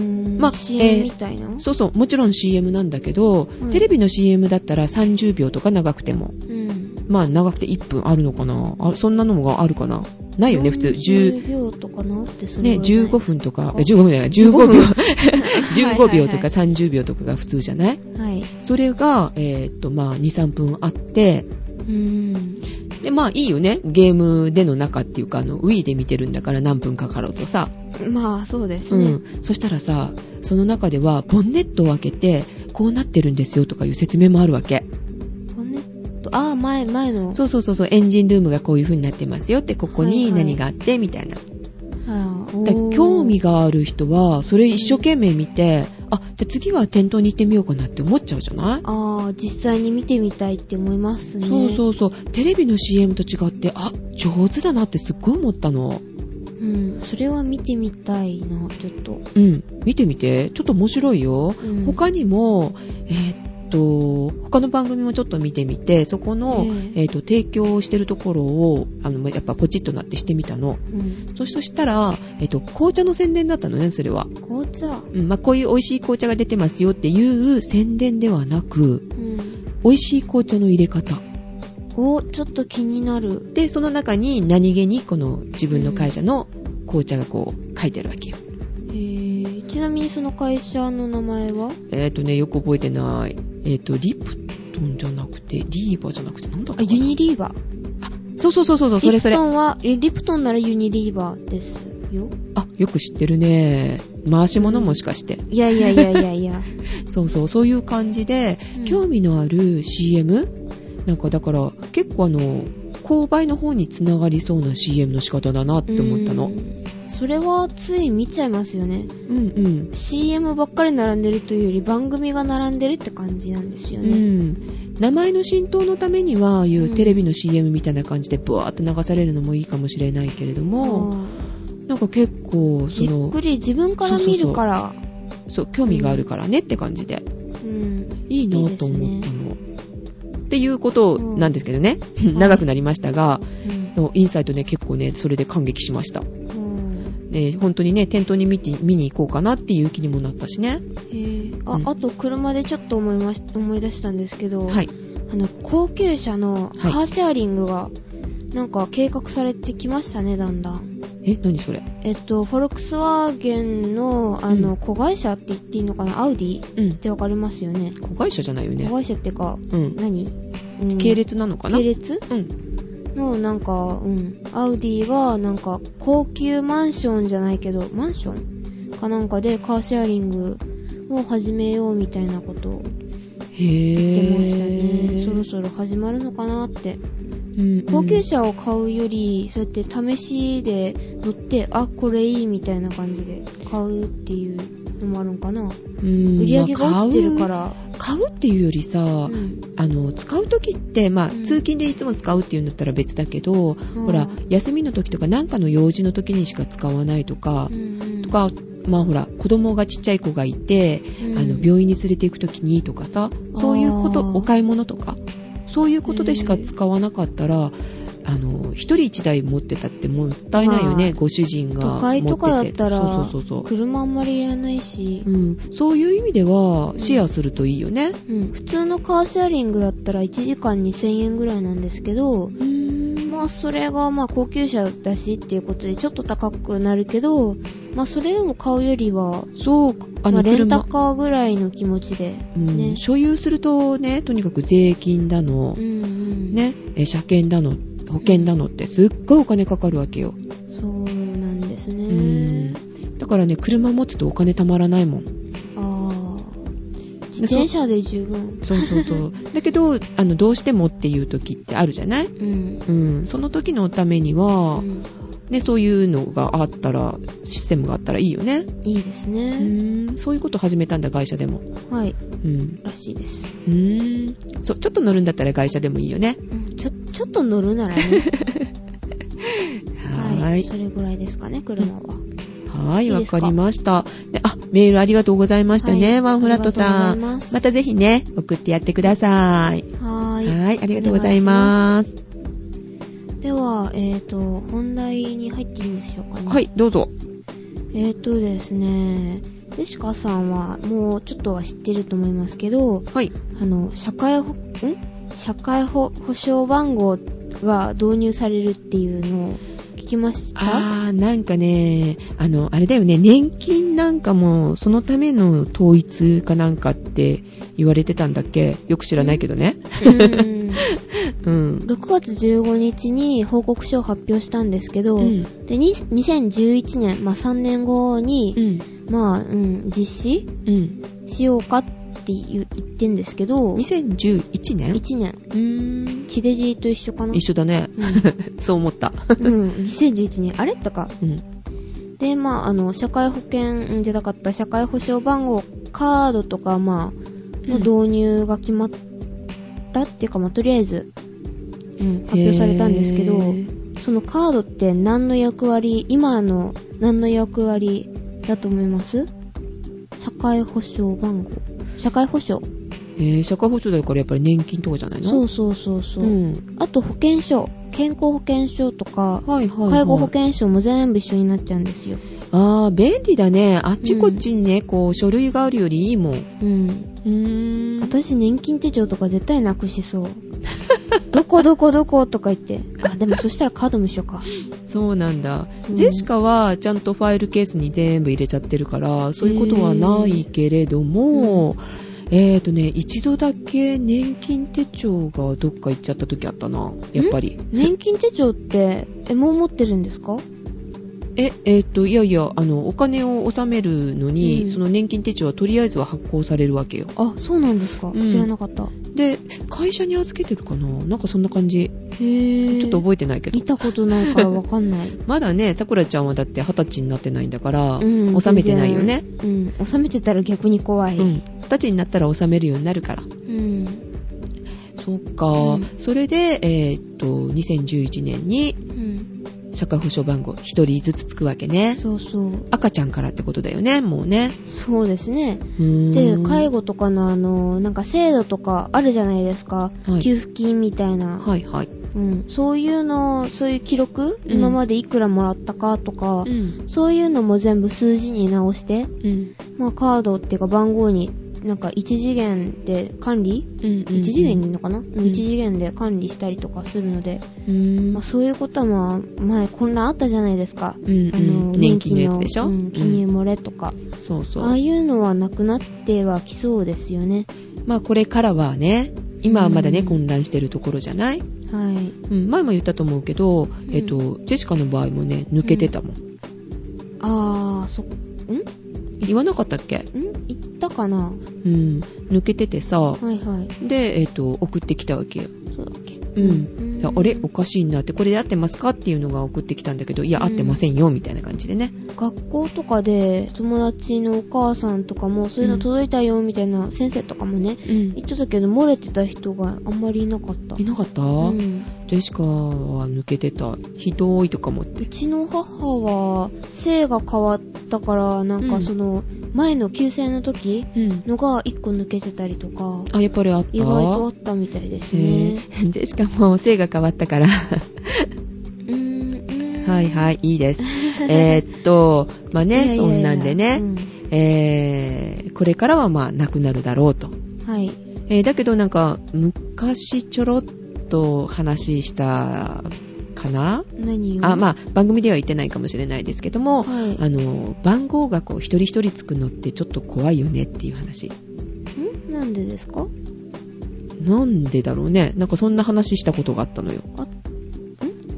Speaker 2: ん。
Speaker 1: まあ
Speaker 2: CM
Speaker 1: えー
Speaker 2: みたいな、
Speaker 1: そうそう、もちろん CM なんだけど、
Speaker 2: うん
Speaker 1: テレビの CM だったら30秒とか長くても。
Speaker 2: うん。
Speaker 1: まあ、長くて1分あるのかなあそんなのもあるかなないよね、普通。10、
Speaker 2: 秒とかなってそれ
Speaker 1: ね、
Speaker 2: ぐらいだよ
Speaker 1: 15分とか、え15分じゃない、15秒、15秒と <laughs> か
Speaker 2: はい
Speaker 1: 30秒とかが普通じゃない
Speaker 2: はい。
Speaker 1: それが、えーっと、まあ、2、3分あって、
Speaker 2: うん。
Speaker 1: で、まあ、いいよね。ゲームでの中っていうか、あの、Wii で見てるんだから何分かかろうとさ。
Speaker 2: まあ、そうです
Speaker 1: う
Speaker 2: ね。
Speaker 1: ん。そしたらさ、その中では、ボンネットを開けて、こうなってるんですよとかいう説明もあるわけ。
Speaker 2: ボンネット、ああ、前、前の。
Speaker 1: そうそうそうそう、エンジンルームがこういう風になってますよって、ここ
Speaker 2: はい
Speaker 1: に
Speaker 2: はい
Speaker 1: 何があって、みたいな。
Speaker 2: あー
Speaker 1: だ
Speaker 2: おー
Speaker 1: 興味がある人は、それ一生懸命見て、あ、じゃあ次は店頭に行ってみようかなって思っちゃうじゃない
Speaker 2: ああ、実際に見てみたいって思いますね。
Speaker 1: そう
Speaker 2: う。
Speaker 1: そうそう。テレビの CM と違って、あ、上手だなってすっごい思ったの。
Speaker 2: うん。それは見てみたいな、ちょっと。
Speaker 1: うん。見てみて。ちょっと面白いよ。
Speaker 2: うん
Speaker 1: 他にも、えーっと、他の番組もちょっと見てみて、そこの、
Speaker 2: え
Speaker 1: えーっと、提供してるところを、あの、やっぱポチッとなってしてみたの。
Speaker 2: うん。
Speaker 1: そそしたら、えーっと、紅茶の宣伝だったのね、それは。
Speaker 2: 紅茶。
Speaker 1: うん、まあ、こういう美味しい紅茶が出てますよっていう宣伝ではなく、
Speaker 2: うん。
Speaker 1: 美味しい紅茶の入れ方。
Speaker 2: お、ちょっと気になる。
Speaker 1: で、その中に何気にこの自分の会社の紅茶がこう書いてあるわけよ。
Speaker 2: えー、ちなみにその会社の名前は
Speaker 1: えっ、とね、よく覚えてない。えっ、と、リプトンじゃなくて、リーバじゃなくて、なんだっ
Speaker 2: あ、
Speaker 1: け
Speaker 2: ユニリーバ。
Speaker 1: そうそうそうそうそう、それそれ
Speaker 2: リプ。トンは、リリプトンならユニリーバですよ。
Speaker 1: あ、よく知ってるね。回し物もしかして。
Speaker 2: いやいやいやいやい <laughs> や。
Speaker 1: そうそう、そういう感じで、興味のある CM? なんかだから、結構あの、購買の方につながりそうな CM の仕方だなって思ったの
Speaker 2: う。ん。それはつい見ちゃいますよね。
Speaker 1: うんうん。
Speaker 2: CM ばっかり並んでるというより番組が並んでるって感じなんですよ
Speaker 1: う
Speaker 2: ね。
Speaker 1: ん、名前の浸透のためには、ああいうテレビの CM みたいな感じでブワーって流されるのもいいかもしれないけれども、
Speaker 2: あ
Speaker 1: なんか結構
Speaker 2: ー
Speaker 1: そ
Speaker 2: じっ
Speaker 1: の
Speaker 2: くり自分から見るから。
Speaker 1: そう興味があるからねって感じで
Speaker 2: うん。
Speaker 1: いいなと思ったの。っていうことなんですけどね、 <laughs>
Speaker 2: ん
Speaker 1: 長くなりましたが、
Speaker 2: うん
Speaker 1: のインサイトね結構ねそれで感激しました。
Speaker 2: うん
Speaker 1: ね、本当にね店頭に見て見に行こうかなっていう気にもなったしね。
Speaker 2: へーあ
Speaker 1: う、ん
Speaker 2: あと車でちょっと思いまし、思い出したんですけど、
Speaker 1: はい。
Speaker 2: あの、高級車の
Speaker 1: はい
Speaker 2: カーシェアリングが、なんか計画されてきましたね、だんだん。
Speaker 1: え何それ？
Speaker 2: えっと、フォルクスワーゲンの、あの、
Speaker 1: うん
Speaker 2: 子会社って言っていいのかなアウディっ
Speaker 1: うん。
Speaker 2: てわかりますよね。
Speaker 1: 子会社じゃないよ
Speaker 2: 子
Speaker 1: ね。
Speaker 2: 会社ってか、
Speaker 1: うん。
Speaker 2: 何、うん
Speaker 1: 系列なのかな？
Speaker 2: 系列
Speaker 1: うん。
Speaker 2: の、なんか、うん。アウディが、なんか、高級マンションじゃないけど、マンションかなんかでカーシェアリングを始めようみたいなことを
Speaker 1: へえ。
Speaker 2: 言ってましたね。そろそろ始まるのかなって。
Speaker 1: うん
Speaker 2: 高級車を買うより、そうやって試しで乗って、あ、これいいみたいな感じで買うっていうのもあるのか
Speaker 1: 売
Speaker 2: な。売り上げが落ちてるから。
Speaker 1: 買う買うっていうよりさ、
Speaker 2: うん
Speaker 1: あの使う時って、まあ
Speaker 2: うん
Speaker 1: 通勤でいつも使うっていうんだったら別だけど、ほら休みの時とか何かの用事の時にしか使わないとか、
Speaker 2: うん
Speaker 1: とかまあほら子供がちっちゃい子がいて、
Speaker 2: うん
Speaker 1: あの病院に連れて行く時にとかさそういうこと
Speaker 2: あー
Speaker 1: お買い物とかそういうことでしか使わなかったら。あの一人一台持ってたってもったいないよね、
Speaker 2: まあ
Speaker 1: ご主人が持ってて
Speaker 2: 都会とかだったら
Speaker 1: そうそうそうそう
Speaker 2: 車あんまりいらないし、
Speaker 1: うん、そういう意味では
Speaker 2: ん
Speaker 1: シェアするといいよね。
Speaker 2: うん普通のカーシェアリングだったら1時間2000円ぐらいなんですけど、
Speaker 1: うん
Speaker 2: まあそれがまあ高級車だしっていうことでちょっと高くなるけど、まあそれでも買うよりは、
Speaker 1: そうあ
Speaker 2: ま
Speaker 1: の
Speaker 2: あ、レンタ
Speaker 1: 車、
Speaker 2: カーぐらいの気持ちで。
Speaker 1: うん
Speaker 2: ね
Speaker 1: 所有するとねとにかく税金だの
Speaker 2: う、んうん。。
Speaker 1: ね、え車検だの保険だのってすっごいお金かかるわけよ、
Speaker 2: そうなんです
Speaker 1: う
Speaker 2: ね。
Speaker 1: ん、だからね車持つとお金たまらないもん
Speaker 2: ああ。自転車で十分。
Speaker 1: そうそうそうだけどあのどうしてもっていう時ってあるじゃない、
Speaker 2: うん。
Speaker 1: うん、その時のためには、
Speaker 2: うん
Speaker 1: ね、そういうのがあったらシステムがあったらいいよね、
Speaker 2: いいです
Speaker 1: う
Speaker 2: ね。
Speaker 1: ん、そういうこと始めたんだ会社でも、
Speaker 2: はい。
Speaker 1: うん、
Speaker 2: らしいです。
Speaker 1: うーん。そう、ちょっと乗るんだったら会社でもいいよね。 <laughs>
Speaker 2: うんちょ、ちょっと乗るならね。
Speaker 1: はい。
Speaker 2: それぐらいですかね、車は。
Speaker 1: はい、
Speaker 2: いい
Speaker 1: わ
Speaker 2: ですか
Speaker 1: かりました。であ、メールありがとうございましたね、
Speaker 2: はい
Speaker 1: ワンフラットさ
Speaker 2: あり
Speaker 1: ん。
Speaker 2: がとうござい
Speaker 1: ま
Speaker 2: ます
Speaker 1: たぜひね、送ってやってください。
Speaker 2: は
Speaker 1: は
Speaker 2: ー
Speaker 1: い、
Speaker 2: い。
Speaker 1: ありがとうございます。
Speaker 2: では、えっ、ー、と、本題に入っていいんでしょうかね。
Speaker 1: は。い、どうぞ。
Speaker 2: えっ、ー、とですね、デシカさんは、もうちょっとは知ってると思いますけど、
Speaker 1: はい。
Speaker 2: あの、社会保、ん社会保保障番号が導入されるっていうのを聞きました
Speaker 1: あー、なんかね、あの、あれだよね、年金なんかも、そのための統一かなんかって言われてたんだっけよく知らないけどね。
Speaker 2: うん。 <laughs>
Speaker 1: うん。
Speaker 2: 6月15日に報告書を発表したんですけど、
Speaker 1: うん
Speaker 2: でに2011年、まあ、3年後
Speaker 1: う
Speaker 2: に、
Speaker 1: ん。
Speaker 2: まあうん、実施
Speaker 1: うん。
Speaker 2: しようかって言う言ってんですけど、
Speaker 1: 2011年
Speaker 2: 1年、
Speaker 1: うーん。
Speaker 2: 地デジと一緒かな。
Speaker 1: 一緒だ
Speaker 2: <laughs>
Speaker 1: ね。
Speaker 2: う
Speaker 1: そう思った。
Speaker 2: うん、2011年、あれとか。
Speaker 1: うん。
Speaker 2: で、まあ、あの、社会保険うんじゃなかった、社会保障番号、カードとか、まあ、の導入が決まったっていうか、まあ、とりあえず、うん、発表されたんですけど、
Speaker 1: へー
Speaker 2: そのカードって何の役割、今の何の役割だと思います社会保障番号。社会保障。
Speaker 1: えー社会保障だからやっぱり年金とかじゃないの
Speaker 2: そうそうそうそう。
Speaker 1: うん。
Speaker 2: あと保険証。健康保険証とか、
Speaker 1: はいはい、はい。
Speaker 2: 介護保。険証も全部一緒になっちゃうんですよ。
Speaker 1: ああ、便利だね。あっちこっちにね、こう、書類があるよりいいもん。う
Speaker 2: うん。
Speaker 1: ーん。
Speaker 2: 私年金手帳とか絶対なくしそう。どこどこどことか言って。あ、でもそしたらカードも一緒か。
Speaker 1: そうなんだ。
Speaker 2: うん
Speaker 1: ジェシカはちゃんとファイルケースに全部入れちゃってるから、そういうことはないけれども、えーとね、一度だけ年金手帳がどっか行っちゃった時あったな、やっぱり。
Speaker 2: 年金手帳って、え、もう持ってるんですか
Speaker 1: え、えーと、いやいや、あの、お金を納めるのに、
Speaker 2: うん
Speaker 1: その年金手帳はとりあえずは発行されるわけよ。
Speaker 2: あ、そうなんですか、
Speaker 1: うん
Speaker 2: 知らなかった。へ
Speaker 1: で、会社に預けてるかななんかそんな感じ。
Speaker 2: ー。
Speaker 1: ちょっと覚えてないけど
Speaker 2: 見。たことないからわかんない。
Speaker 1: まだね、さくらちゃんはだって二十歳になってないんだから、
Speaker 2: <laughs> うん
Speaker 1: 収めてないよね。
Speaker 2: うん。収めてたら逆に怖い。
Speaker 1: うん。二十歳になったら収めるようになるから。
Speaker 2: うん。
Speaker 1: そっか、
Speaker 2: うん
Speaker 1: それで、えーっと、2011年に
Speaker 2: うん。
Speaker 1: 社会保障番号一人ずつつくわけね。
Speaker 2: そうそう。
Speaker 1: 赤ちゃんからってことだよね、もうね。
Speaker 2: そうですね。で
Speaker 1: で、
Speaker 2: 介
Speaker 1: 護。
Speaker 2: 護とかのあの、なんか制度とかあるじゃないですか。
Speaker 1: はい
Speaker 2: 給付金みたいな、
Speaker 1: はいはい。
Speaker 2: うん。そういうの、そういう記録、
Speaker 1: うん
Speaker 2: 今までいくらもらったかとか、
Speaker 1: ん。
Speaker 2: そういうのも全部数字に直して、
Speaker 1: うん。
Speaker 2: まあカードっていうか番号に、なんか一次元で管理、
Speaker 1: うん。
Speaker 2: 一次元にいるのかな、
Speaker 1: ん
Speaker 2: 一次元で管理したりとかするので、
Speaker 1: うん。
Speaker 2: まあ、そういうことはまあ前混乱あったじゃないですか、
Speaker 1: うんうん
Speaker 2: あの
Speaker 1: 年金のやつでしょ
Speaker 2: うん記入漏れとか、
Speaker 1: そうそう。
Speaker 2: ああいうのはなくなってはきそうですよね
Speaker 1: まあこれからはね、今はまだね、
Speaker 2: うん
Speaker 1: 混乱してるところじゃない、
Speaker 2: はい
Speaker 1: うん、前も言ったと思うけど、えっ、と、ジェシカの場合もね、抜けてたもん。
Speaker 2: ああそっん
Speaker 1: 言わなかったっけ
Speaker 2: ん行ったか
Speaker 1: う
Speaker 2: な
Speaker 1: ん。抜けててさ、
Speaker 2: はいはい
Speaker 1: で、えっ、と、送ってきたわけよ。
Speaker 2: そうだっけ
Speaker 1: うん。
Speaker 2: うん
Speaker 1: あれおかしいなって、これで合ってますかっていうのが送ってきたんだけど、いや、
Speaker 2: うん
Speaker 1: 合ってませんよ、みたいな感じでね。
Speaker 2: 学校とかで友達のお母さんとかもそういうの届いたよみたいな先生とかもね
Speaker 1: うん
Speaker 2: 言ってたけど漏れてた人があんまりいなかった
Speaker 1: いなかった、
Speaker 2: うん
Speaker 1: ジェシカは抜けてた。ひどいとか思って
Speaker 2: う。ちの母は性が変わったからなん
Speaker 1: う
Speaker 2: か
Speaker 1: ん
Speaker 2: その前の旧姓の時
Speaker 1: うん。
Speaker 2: のが1個抜けてたりとか
Speaker 1: あ、やっぱりあった
Speaker 2: 意外とあったみたいです
Speaker 1: へ
Speaker 2: ね
Speaker 1: ー <laughs> ジェシカも性が変わったから。
Speaker 2: うーん
Speaker 1: はい
Speaker 2: い <laughs>
Speaker 1: はい、いいです。えーっと、まあ
Speaker 2: いやいや
Speaker 1: ね、
Speaker 2: いや
Speaker 1: そんなんでね、
Speaker 2: う
Speaker 1: えーこれからはまあなくなるだろうと。
Speaker 2: んはい
Speaker 1: えーだけどなんか、昔ちょろっと話したかな
Speaker 2: 何を
Speaker 1: あ、まあ、番組では言ってないかもしれないですけども、
Speaker 2: はい
Speaker 1: あの、番号がこう、一人一人つくのってちょっと怖いよねっていう話。
Speaker 2: んなんでですか
Speaker 1: なんでだろうね。なんかそんな話したことがあったのよ。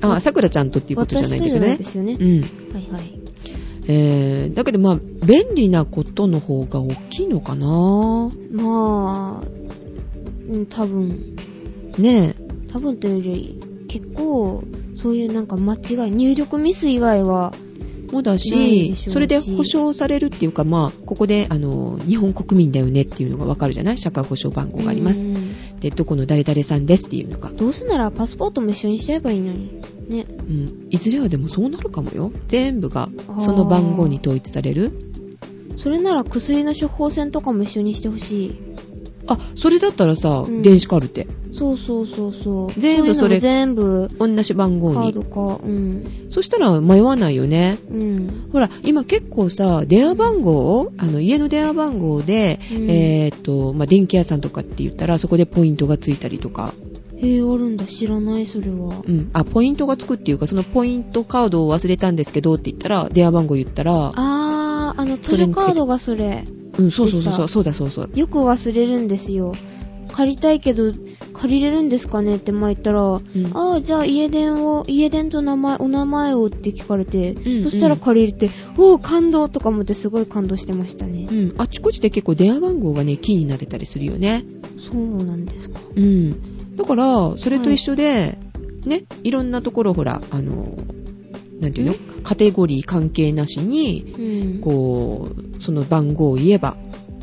Speaker 2: あ
Speaker 1: あ、さくらちゃんとっていうことじゃないん
Speaker 2: 私
Speaker 1: だ
Speaker 2: とじ
Speaker 1: け
Speaker 2: ゃ
Speaker 1: ど
Speaker 2: ない
Speaker 1: ね
Speaker 2: で。すよね
Speaker 1: う、ん。
Speaker 2: はいはい
Speaker 1: えー、だけどまあ、便利なことの方が大きいのかな
Speaker 2: まあうん多分
Speaker 1: ねえ。
Speaker 2: 多分というより結構そういうなんか間違い入力ミス以外は
Speaker 1: もだ
Speaker 2: ない
Speaker 1: し、
Speaker 2: でしょうし
Speaker 1: それで保障されるっていうか、まあ、ここで、あの、日本国民だよねっていうのがわかるじゃない社会保障番号があります。
Speaker 2: うん
Speaker 1: で、どこの誰々さんですっていうのが。
Speaker 2: どうせならパスポートも一緒にしちゃえばいいのにね。
Speaker 1: うん、いずれはでもそうなるかもよ全部がその番号に統一される
Speaker 2: それなら薬の処方箋とかも一緒にしてほしい。
Speaker 1: あそれだったらさ、
Speaker 2: うん
Speaker 1: 電子カルテ
Speaker 2: そうそうそうそう。
Speaker 1: 全部
Speaker 2: ういうのも
Speaker 1: それ
Speaker 2: 全部、
Speaker 1: 同じ番
Speaker 2: カ
Speaker 1: 号
Speaker 2: ー
Speaker 1: に
Speaker 2: ドか。うん。
Speaker 1: そしたら迷わないよね
Speaker 2: うん。
Speaker 1: ほら今結構さ電話番号をあの家の電話番号で、
Speaker 2: うん
Speaker 1: えーっと、まあ、電気屋さんとかって言ったらそこでポイントがついたりとか、
Speaker 2: えー、あるんだ。知らない、それは
Speaker 1: う。ん、あポイントがつくっていうかそのポイントカードを忘れたんですけどって言ったら電話番号言ったら
Speaker 2: あー、あの、図
Speaker 1: それ
Speaker 2: 書
Speaker 1: につけて
Speaker 2: カードがそれ。
Speaker 1: うんそうそうそう
Speaker 2: でし
Speaker 1: そう
Speaker 2: た
Speaker 1: そうだそうそう
Speaker 2: よく忘れるんですよ。借りたいけど、借りれるんですかねって前言ったら、ああ、じゃあ家電を、家電と名前、お名前をって聞かれて、
Speaker 1: うん
Speaker 2: そしたら借りれて、おお、感動とか思ってすごい感動してましたね
Speaker 1: う。ん、あちこちで結構電話番号がねキーになってたりするよね
Speaker 2: そうなんですか。
Speaker 1: うんだからそれと一緒で、ねいろんなところほらあのなんていうのカテゴリー関係なしに
Speaker 2: うん。
Speaker 1: こうその番号を言えば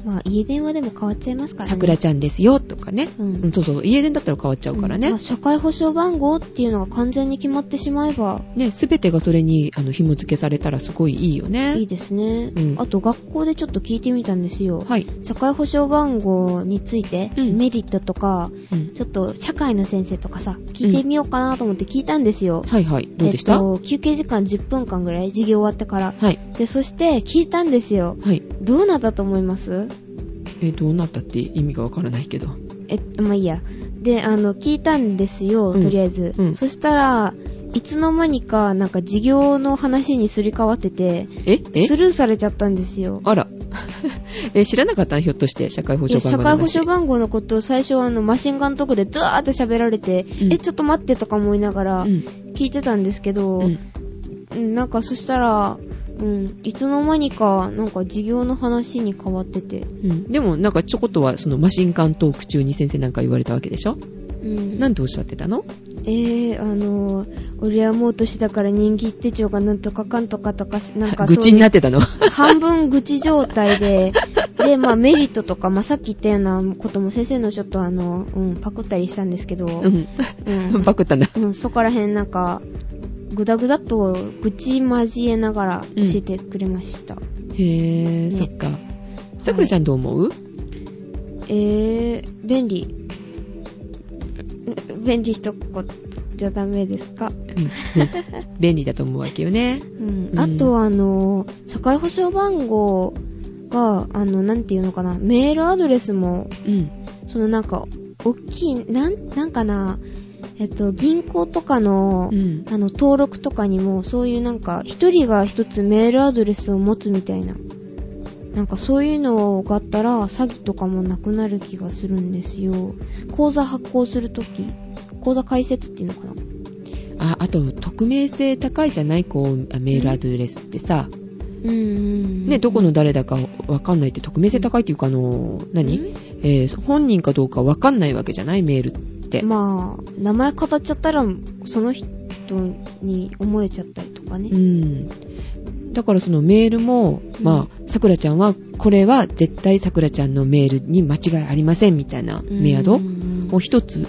Speaker 2: まあ、家電話でも変わっちゃいますからね。
Speaker 1: 桜ちゃんですよとかね、
Speaker 2: うん
Speaker 1: うんそうそう家電だったら変わっちゃうからね、
Speaker 2: まあ社会保障番号っていうのが完全に決まってしまえば、
Speaker 1: ね全てがそれにあの紐付けされたらすごいいいよね
Speaker 2: いいですね。
Speaker 1: うん
Speaker 2: あと、学校でちょっと聞いてみたんですよ。
Speaker 1: はい、
Speaker 2: 社会保障番号について、
Speaker 1: うん
Speaker 2: メリットとか、
Speaker 1: うん
Speaker 2: ちょっと社会の先生とかさ、聞いてみようかなと思って聞いたんですよ。
Speaker 1: はいはいどうでした、
Speaker 2: えっと、休憩時間10分間ぐらい、授業終わってから。
Speaker 1: はい
Speaker 2: で、そして聞いたんですよ。
Speaker 1: はい
Speaker 2: どうなったと思います
Speaker 1: えーどうなったって意味がわからないけど
Speaker 2: え、まあいいや。で、あの、聞いたんですよ、
Speaker 1: うん
Speaker 2: とりあえず。
Speaker 1: うん
Speaker 2: そしたら、いつの間にか、なんか授業の話にすり替わってて、
Speaker 1: ええ
Speaker 2: スルーされちゃったんですよ。
Speaker 1: あら。 <laughs> え、知らなかったひょっとして、社会保
Speaker 2: いや
Speaker 1: 障番号の
Speaker 2: 社
Speaker 1: 話
Speaker 2: 会保障番号のことを最初あのマシンガントークでずーって喋られて、
Speaker 1: うん
Speaker 2: え、ちょっと待ってとか思いながら聞いてたんですけ
Speaker 1: う
Speaker 2: ど、
Speaker 1: ん。うん
Speaker 2: うんなんかそしたら、うん、いつの間にかなんか授業の話に変わってて、
Speaker 1: うんでも、なんかちょこっとは、そのマシンガントーク中に先生なんか言われたわけでしょ、
Speaker 2: うん、
Speaker 1: なんておっしゃってたの
Speaker 2: えー、あのー俺はもう年だから人気手帳がなんとかかんとかとかし、なんか
Speaker 1: 愚
Speaker 2: そう
Speaker 1: 痴
Speaker 2: い
Speaker 1: に
Speaker 2: う
Speaker 1: なってたの
Speaker 2: 半分愚痴状
Speaker 1: <laughs>
Speaker 2: 態で、で、まあメリットとか、まあさっき言ったようなことも先生のちょっとあの、うん、パクったりしたんですけど、
Speaker 1: う。
Speaker 2: うん
Speaker 1: パクったんだ。 <laughs>
Speaker 2: うん、そこら辺なんか、ぐだぐだっと愚痴交えながら教えてくれました。
Speaker 1: へぇー、
Speaker 2: ね
Speaker 1: そっか。さくらちゃんどう思う、
Speaker 2: えー、便利。え便利一言じゃダメですか
Speaker 1: うん便利だと思うわけよね。
Speaker 2: うん
Speaker 1: う。ん
Speaker 2: あとはあの、社会保障番号が、あの、なんていうのかな、メールアドレスも、
Speaker 1: うん。
Speaker 2: そのなんか、大きい、なん、なんかな、えっと、銀行とかの、
Speaker 1: うん。
Speaker 2: あの、登録とかにも、そういうなんか、一人が一つメールアドレスを持つみたいな。なんかそういうのがあったら、詐欺とかもなくなる気がするんですよ。口座発行するとき、口座開設っていうのかな
Speaker 1: あ、あと、匿名性高いじゃないこう、あメールアドレスってさ、
Speaker 2: うんうん。
Speaker 1: ね、どこの誰だかわかんないって、匿名性高いっていうか、あの、何、えー本人かどうかわかんないわけじゃないメールって。
Speaker 2: まあ、名前語っちゃったら、その人に思えちゃったりとかね。
Speaker 1: うん。だからそのメールも、
Speaker 2: うん
Speaker 1: まあ、さくらちゃんは、これは絶対さくらちゃんのメールに間違いありませんみたいなメアド
Speaker 2: も
Speaker 1: を一つ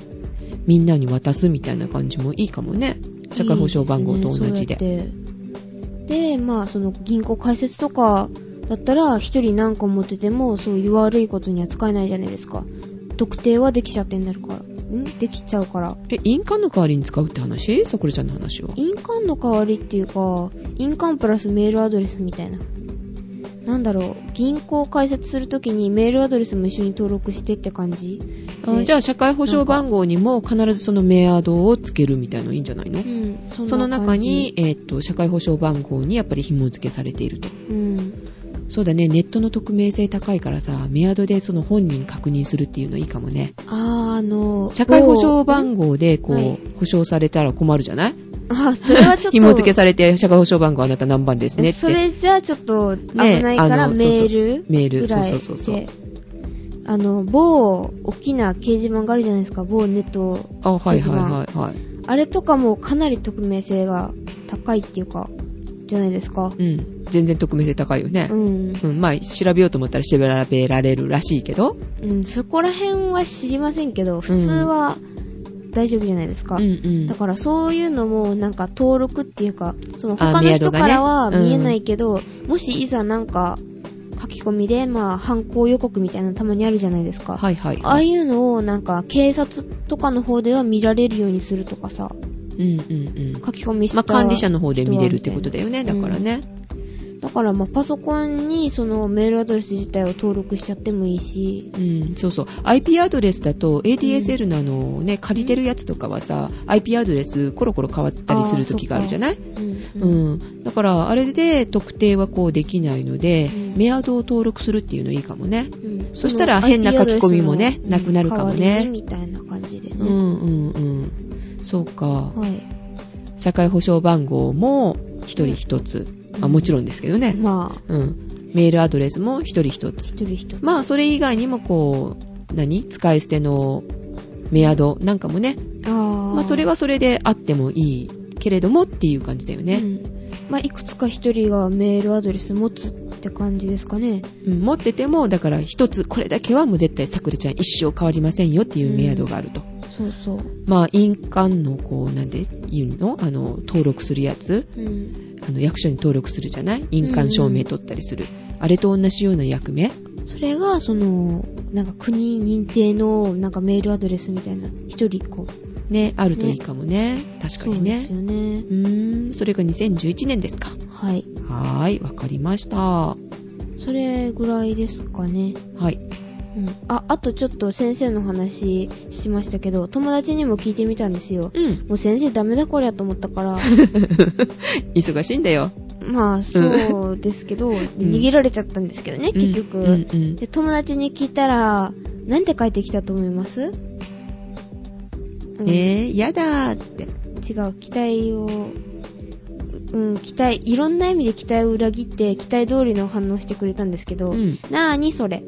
Speaker 1: みんなに渡すみたいな感じもいいかもね。社会保障番号と同じで。
Speaker 2: いいですねそうやってで、まあ、その銀行開設とかだったら、一人何個持ってても、そういう悪いことには使えないじゃないですか。特定はできちゃってんだから。んできちゃうから。
Speaker 1: え、印鑑の代わりに使うって話さくらちゃんの話は。
Speaker 2: 印鑑の代わりっていうか、印鑑プラスメールアドレスみたいな。なんだろう、銀行開設するときにメールアドレスも一緒に登録してって感じ
Speaker 1: あ
Speaker 2: ね
Speaker 1: じゃあ、社会保障番号にも必ずそのメアドをつけるみたいのいいんじゃないの
Speaker 2: うん、そんな感じ
Speaker 1: その中に、、えーっと、社会保障番号にやっぱり紐付けされていると。
Speaker 2: うん、
Speaker 1: そうだね、ネットの匿名性高いからさ、メアドでその本人確認するっていうのいいかもね。
Speaker 2: あー、あの、
Speaker 1: 社会保障番号で、こう、
Speaker 2: はい
Speaker 1: 保障されたら困るじゃない
Speaker 2: <laughs> あー、それはちょっ
Speaker 1: <laughs>
Speaker 2: と。
Speaker 1: 紐付けされて、社会保障番号あなた何番ですねって。
Speaker 2: それじゃあちょっと危ないから、
Speaker 1: ねあの
Speaker 2: メール
Speaker 1: メール、
Speaker 2: ぐ
Speaker 1: そう
Speaker 2: らい
Speaker 1: そう
Speaker 2: で
Speaker 1: そうそう。
Speaker 2: あの某大きな掲示板があるじゃないですか某ネット
Speaker 1: あ、はいはいはいはい。
Speaker 2: あれとかもかなり匿名性が高いっていうかじゃないですか
Speaker 1: うん。全然匿名性高いよね
Speaker 2: う。ん、
Speaker 1: うん、まあ、調べようと思ったら調べられるらしいけど、
Speaker 2: うん、そこら辺は知りませんけど普通は大丈夫じゃないですか。
Speaker 1: うんうん。
Speaker 2: だからそういうのもなんか登録っていうか、その
Speaker 1: あ
Speaker 2: 他の
Speaker 1: メア
Speaker 2: 人
Speaker 1: ドがね
Speaker 2: からは
Speaker 1: うん
Speaker 2: 見えないけど、もしいざなんか書き込みで、まあ犯行予告みたいなのたまにあるじゃないですか。
Speaker 1: はいはい。
Speaker 2: ああいうのをなんか警察とかの方では見られるようにするとかさ、
Speaker 1: うんうんうん。
Speaker 2: 書き込みした、
Speaker 1: まあ、管理者の方で見れるってことだよね。
Speaker 2: 人
Speaker 1: だ
Speaker 2: はみ
Speaker 1: か
Speaker 2: たいな
Speaker 1: らね。
Speaker 2: だからまあパソコンにそのメールアドレス自体を登録しちゃってもいいし、
Speaker 1: うん、そうそう。IP アドレスだと ADSL のあのね、借りてるやつとかはさ、IP アドレスコロコロ変わったりする時があるじゃない
Speaker 2: うん
Speaker 1: う
Speaker 2: うん
Speaker 1: ん。だから、あれで特定はこうできないので、
Speaker 2: うん
Speaker 1: メアドを登録するっていうのいいかもね。
Speaker 2: うん
Speaker 1: そしたら
Speaker 2: の
Speaker 1: 変な書き込みもね
Speaker 2: IP
Speaker 1: なくなるかもね
Speaker 2: 代わりにみたいな感じで
Speaker 1: う
Speaker 2: ね。
Speaker 1: んうんうん。そうか。
Speaker 2: はい。
Speaker 1: 社会保障番号も一人一つ。あ、もちろんですけどね。
Speaker 2: まあ、
Speaker 1: うん。メールアドレスも一人一つ。
Speaker 2: 一人一人。
Speaker 1: まあ、それ以外にもこう、何使い捨てのメアドなんかもね、
Speaker 2: あー
Speaker 1: まあ、それはそれであってもいいけれどもっていう感じだよ
Speaker 2: う
Speaker 1: ね。
Speaker 2: んまあ、いくつか一人がメールアドレス持つって感じですかね。
Speaker 1: うん持ってても、だから一つ、これだけはもう絶対さくらちゃん一生変わりませんよっていうメアドがあると。
Speaker 2: そうそう。
Speaker 1: まあ、印鑑の、こう、なんで言うのあの、登録するやつ。
Speaker 2: うん。
Speaker 1: あの、役所に登録するじゃない印鑑証明取ったりする。あれと同じような役目。
Speaker 2: それが、その、なんか国認定の、なんかメールアドレスみたいな、一人一個。
Speaker 1: ね、あるといいかもね。確か
Speaker 2: そう
Speaker 1: に
Speaker 2: で
Speaker 1: ね
Speaker 2: す。よね。
Speaker 1: うーん、それが2011年ですか。
Speaker 2: はい。
Speaker 1: はーい、わかりました。は
Speaker 2: それぐらいですかね。
Speaker 1: い。
Speaker 2: うん。あ、あとちょっと先生の話しましたけど、友達にも聞いてみたんですよ。
Speaker 1: うん。
Speaker 2: もう先生ダメだこりゃと思ったから、
Speaker 1: 忙しいんだよ。
Speaker 2: まあそうですけど、逃げられちゃったんですけどね、結局。
Speaker 1: うんうん
Speaker 2: で友達に聞いたら、なんて書いてきたと思います、
Speaker 1: う
Speaker 2: うん
Speaker 1: んえー、やだーって。
Speaker 2: 違う、期待を、ううん、期待、いろんな意味で期待を裏切って、期待通りの反応してくれたんですけど、
Speaker 1: うん。
Speaker 2: なーにそれ。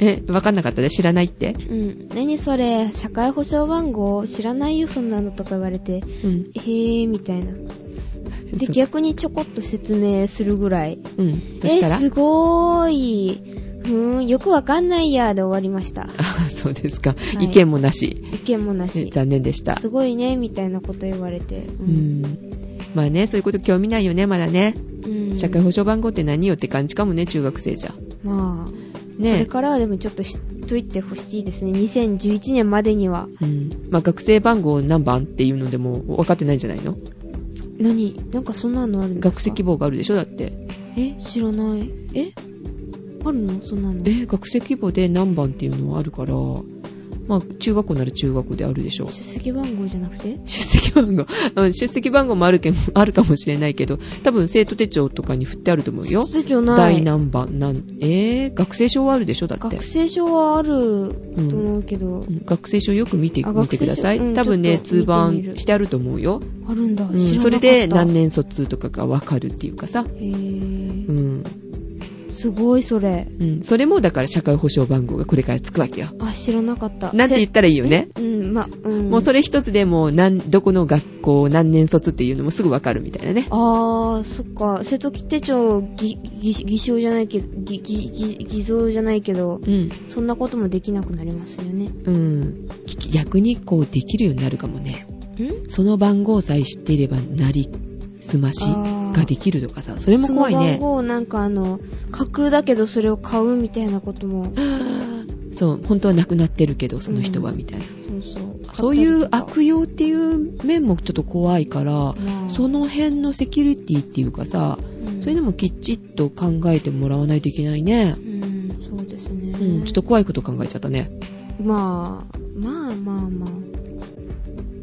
Speaker 1: え、わかんなかったで知らないって。
Speaker 2: うん、なにそれ、社会保障番号知らないよ、そんなのとか言われて、
Speaker 1: うん。
Speaker 2: えー、みたいな。で、
Speaker 1: そう
Speaker 2: 逆にちょこっと説明するぐらい。
Speaker 1: うん。そしたら
Speaker 2: え、すごーい。ふーん、よくわかんないや、で終わりました。
Speaker 1: あそうですか。
Speaker 2: い
Speaker 1: 意見もなし。
Speaker 2: 意見もな
Speaker 1: ね
Speaker 2: し。
Speaker 1: 残念でした。
Speaker 2: すごいね、みたいなこと言われて。
Speaker 1: う
Speaker 2: う
Speaker 1: ん。
Speaker 2: ん。
Speaker 1: まあね、そういうこと興味ないよね、まだね。
Speaker 2: うん
Speaker 1: 社会保障番号って何よって感じかもね、中学生じゃ。
Speaker 2: まあ、これ
Speaker 1: ね。
Speaker 2: からはでもちょっと知っといてほしいですね。2011年までには。
Speaker 1: うん。まあ学生番号何番っていうのでも分かってないんじゃないの
Speaker 2: 何なんかそんなのあるんで
Speaker 1: 学
Speaker 2: す
Speaker 1: 籍
Speaker 2: か
Speaker 1: 簿があるでしょだって。
Speaker 2: え知らない。えあるのそんなの。
Speaker 1: え、学籍簿で何番っていうのはあるから、まあ中学校なら中学校であるでしょ
Speaker 2: 出。席番号じゃなくて
Speaker 1: 出席番号、 <laughs> うん、出席番号もあるけん <laughs> あるかもしれないけど、多分生徒手帳とかに振ってあると思うよ。
Speaker 2: 出場な
Speaker 1: 第
Speaker 2: い。
Speaker 1: 何番、なん、えー、学生証はあるでしょだって
Speaker 2: 学。生証はある
Speaker 1: う
Speaker 2: と
Speaker 1: ん
Speaker 2: 思うけど、
Speaker 1: うん学生証よく見て、
Speaker 2: あ
Speaker 1: 見てください。
Speaker 2: 学生証うん
Speaker 1: 多分ね、
Speaker 2: ちょっと見
Speaker 1: 通
Speaker 2: てみる
Speaker 1: 番してあると思うよ。
Speaker 2: あるんだ。
Speaker 1: うん、
Speaker 2: 知らなかった。
Speaker 1: それで何年卒とかがわかるっていうかさ。
Speaker 2: へー
Speaker 1: うん。
Speaker 2: すごいそれ。
Speaker 1: うん。それもだから社会保障番号がこれからつくわけよ。
Speaker 2: あ、知らなかった。
Speaker 1: なんて言ったらいいよね。
Speaker 2: せうん、ま、うん。
Speaker 1: もうそ
Speaker 2: れ。
Speaker 1: れ一つでもう何、どこの学校、何年卒っていうのもすぐわかるみたいなね。
Speaker 2: あー、そっか。瀬戸切手帳、偽、偽、偽証じゃないけど、偽、偽、偽偽造じゃないけど、
Speaker 1: うん。
Speaker 2: そんなこともできなくなりますよね。ん
Speaker 1: うん。き逆にこうできるようになるかもね。その番号さえ知っていればなりすまし
Speaker 2: あー
Speaker 1: ができるとかさ、それも怖い
Speaker 2: その番
Speaker 1: ね。
Speaker 2: 号をなんかあの、架空だけどそれを買うみたいなことも、
Speaker 1: そう、本当は亡くなってるけど、その人は
Speaker 2: うん
Speaker 1: みたいな。
Speaker 2: そうそう。
Speaker 1: そういう
Speaker 2: 買ったり
Speaker 1: 悪用っていう面もちょっと怖いから
Speaker 2: と、か、まあ
Speaker 1: そ、の辺のセキュリティっていうかさ、
Speaker 2: うん
Speaker 1: そういうのもきっちりと考えてもらわないといけないね
Speaker 2: う。ん、そうですね。
Speaker 1: うん、ちょっと怖いこと考えちゃったね。
Speaker 2: まあ、まあまあまあ。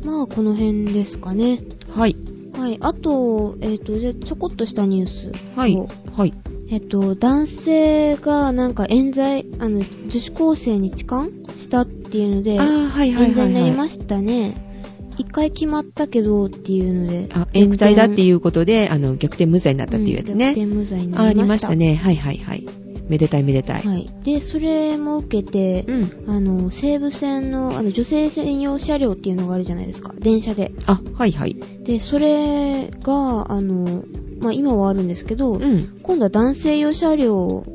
Speaker 2: まあ、この辺ですかね。
Speaker 1: はい、
Speaker 2: はい。あと、えっ、と、じゃあちょこっとしたニュース。
Speaker 1: はい
Speaker 2: お、
Speaker 1: はい。
Speaker 2: えっ、と、男性がなんか冤罪、あの、女子高生に痴漢したっていうので、
Speaker 1: あー、はいはい
Speaker 2: 冤罪
Speaker 1: はい
Speaker 2: になり
Speaker 1: はい。
Speaker 2: ましたね。一回決まったけどっていうので。
Speaker 1: あ、冤罪だって
Speaker 2: う
Speaker 1: いうことで、あの、逆転無罪になったっていうやつ
Speaker 2: ん
Speaker 1: ね。
Speaker 2: 逆転無罪に
Speaker 1: あ
Speaker 2: な
Speaker 1: あ
Speaker 2: り
Speaker 1: り
Speaker 2: ま
Speaker 1: ま
Speaker 2: し。
Speaker 1: したたね。はいはいはい。めでたいめでたい。
Speaker 2: はい。で、それも受けて、
Speaker 1: うん。
Speaker 2: あの、西武線の、あの、女性専用車両っていうのがあるじゃないですか。電車で。
Speaker 1: あ、はいはい。
Speaker 2: で、それが、あの、まあ、今はあるんですけど、
Speaker 1: うん。
Speaker 2: 今度は男性用車両を、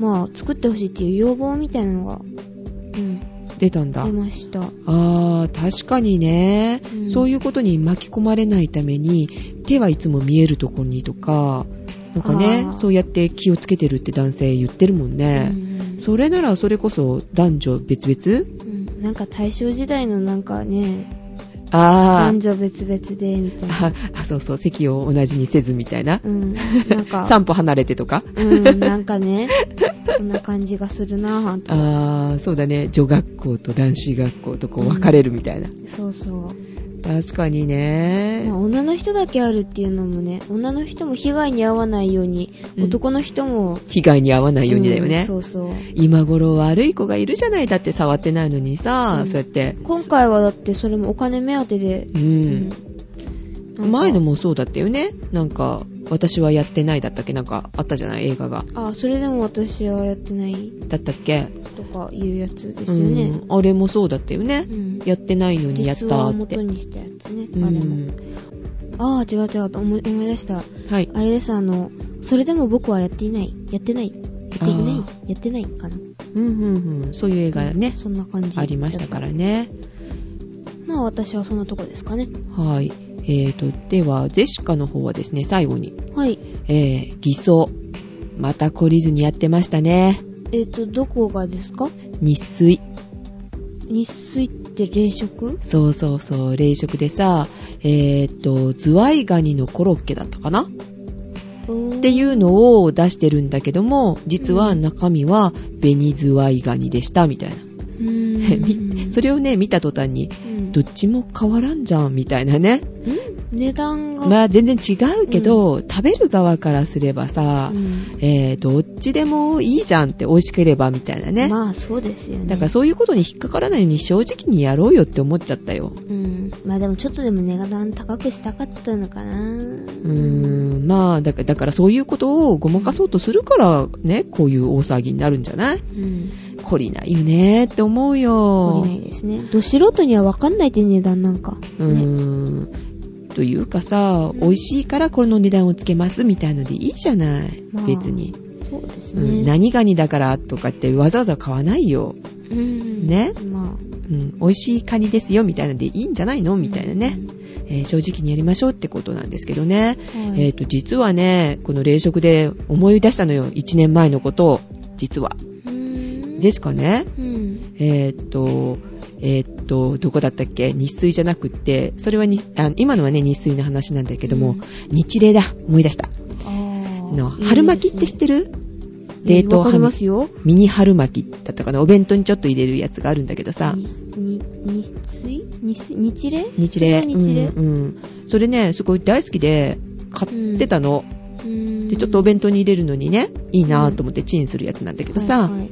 Speaker 2: まあ、作ってほしいっていう要望みたいなのが、うん、
Speaker 1: 出たんだ
Speaker 2: 出。ました。
Speaker 1: あー、確かにね、
Speaker 2: うん
Speaker 1: そういうことに巻き込まれないために、手はいつも見えるところにとか、なんかね
Speaker 2: あ、ー
Speaker 1: そうやって気をつけてるって男性言ってるもんね。
Speaker 2: うん
Speaker 1: それならそれこそ男女別々
Speaker 2: うんなんか大正時代のなんかね、
Speaker 1: あ
Speaker 2: 男
Speaker 1: ー
Speaker 2: 女別々でみたいな。
Speaker 1: あ、あそうそう、席を同じにせずみたいな
Speaker 2: う。ん。なんか、
Speaker 1: 散歩離れてとか。
Speaker 2: うん、なんかね、こんな感じがするなぁと。
Speaker 1: あー、そうだね、女学校と男子学校とこう分かれるみたいな。
Speaker 2: そうそう。
Speaker 1: 確かにね
Speaker 2: まあ。女の人だけあるっていうのもね、女の人も被害に遭わないように、
Speaker 1: うん
Speaker 2: 男の人も、
Speaker 1: 被害に遭わないようにだよ
Speaker 2: う
Speaker 1: ね
Speaker 2: ん。そうそう。
Speaker 1: 今頃悪い子がいるじゃないだって触ってないのにさ、
Speaker 2: うん
Speaker 1: そうやって、
Speaker 2: 今回はだってそれもお金目当てで、
Speaker 1: う、
Speaker 2: うんなんか
Speaker 1: 前のもそうだったよねなんか私はやってないだったっけなんかあったじゃない映画が
Speaker 2: あ、それでも私はやってない
Speaker 1: だったっけ
Speaker 2: とかいうやつですよね。
Speaker 1: うん、あれもそうだったよね、
Speaker 2: うん。
Speaker 1: やってないのにやっ
Speaker 2: 実
Speaker 1: た
Speaker 2: 話を
Speaker 1: って
Speaker 2: 元にしたやつね。
Speaker 1: う
Speaker 2: あれも。
Speaker 1: ん、
Speaker 2: ああ、違う違うと思い、思い出した。
Speaker 1: はい
Speaker 2: あれです、あの、それでも僕はやっていない。やってない。やっていない
Speaker 1: あ。
Speaker 2: やってないかな。
Speaker 1: うんうんうんそういう映画ね、
Speaker 2: そんな感じ。。
Speaker 1: ありましたかららね
Speaker 2: まあ私はそんなとこですかね。
Speaker 1: はいえーとではジェシカの方はですね最後に
Speaker 2: はい。
Speaker 1: えー、偽装また懲りずにやってましたね
Speaker 2: えっ、と、どこがですか
Speaker 1: 日水
Speaker 2: 日水って冷食
Speaker 1: そうそうそう、冷食でさ、えーっと、ズワイガニのコロッケだったかなっ
Speaker 2: って
Speaker 1: いううのを出してるんだけども、実は
Speaker 2: うん
Speaker 1: 中身は紅ズワイガニでした、みたいな。 <laughs>
Speaker 2: ーん。
Speaker 1: それをね、見た途端に、
Speaker 2: うん
Speaker 1: どっちも変わらんじゃん、みたいなね。
Speaker 2: 値段が、
Speaker 1: まあ全然違うけど、食べる側からすればさ、
Speaker 2: うん
Speaker 1: えー、どっちでもいいじゃんって美味しければ、みたいなね。
Speaker 2: まあそうですよね。
Speaker 1: だからそういうことに引っかからないように正直にやろうよって思っちゃったよ。
Speaker 2: うん。まあでもちょっとでも値段高くしたかったのかな。う
Speaker 1: うー。んまあだから、だからそういうことをごまかそうとするからね、こういう大騒ぎになるんじゃない
Speaker 2: うん。
Speaker 1: 懲りないよねって思うよ。
Speaker 2: 懲りないですね。ど素人には分かんないって値段なんか。
Speaker 1: うーん。というかさ、
Speaker 2: うん
Speaker 1: 美味しいからこの値段をつけますみたいのでいいじゃない。
Speaker 2: まあ
Speaker 1: 別に、
Speaker 2: そうです
Speaker 1: う
Speaker 2: ね。
Speaker 1: ん。何ガニだからとかってわざわざ買わないよ。
Speaker 2: うん
Speaker 1: ね
Speaker 2: まあ。
Speaker 1: うん。美味しいカニですよみたいのでいいんじゃないのみたいなね、えー正直にやりましょうってことなんですけどね。
Speaker 2: うん。はい
Speaker 1: えっ、と、実はね、この冷食で思い出したのよ。1年前のことを。実は。
Speaker 2: うん
Speaker 1: ジェシカね、
Speaker 2: うん。
Speaker 1: えっ、と、えっ、と、どこだったっけ日水じゃなくって、それはにあ今のはね、日水の話なんだけども、
Speaker 2: うん
Speaker 1: 日冷だ。思い出した。
Speaker 2: あ
Speaker 1: あの、春巻きって知ってる冷凍
Speaker 2: わかり
Speaker 1: ハム
Speaker 2: ま。すよ。
Speaker 1: ミニ春巻きだったかなお弁当にちょっと入れるやつがあるんだけどさ。
Speaker 2: に、に、日水日、日霊
Speaker 1: 日冷。
Speaker 2: それが日冷
Speaker 1: うん、うん。それね、すごい大好きで、買ってたの。
Speaker 2: で
Speaker 1: で、ちょっとお弁当に入れるのにね、いいなぁと思ってチンするやつなんだけどさ、
Speaker 2: はいはい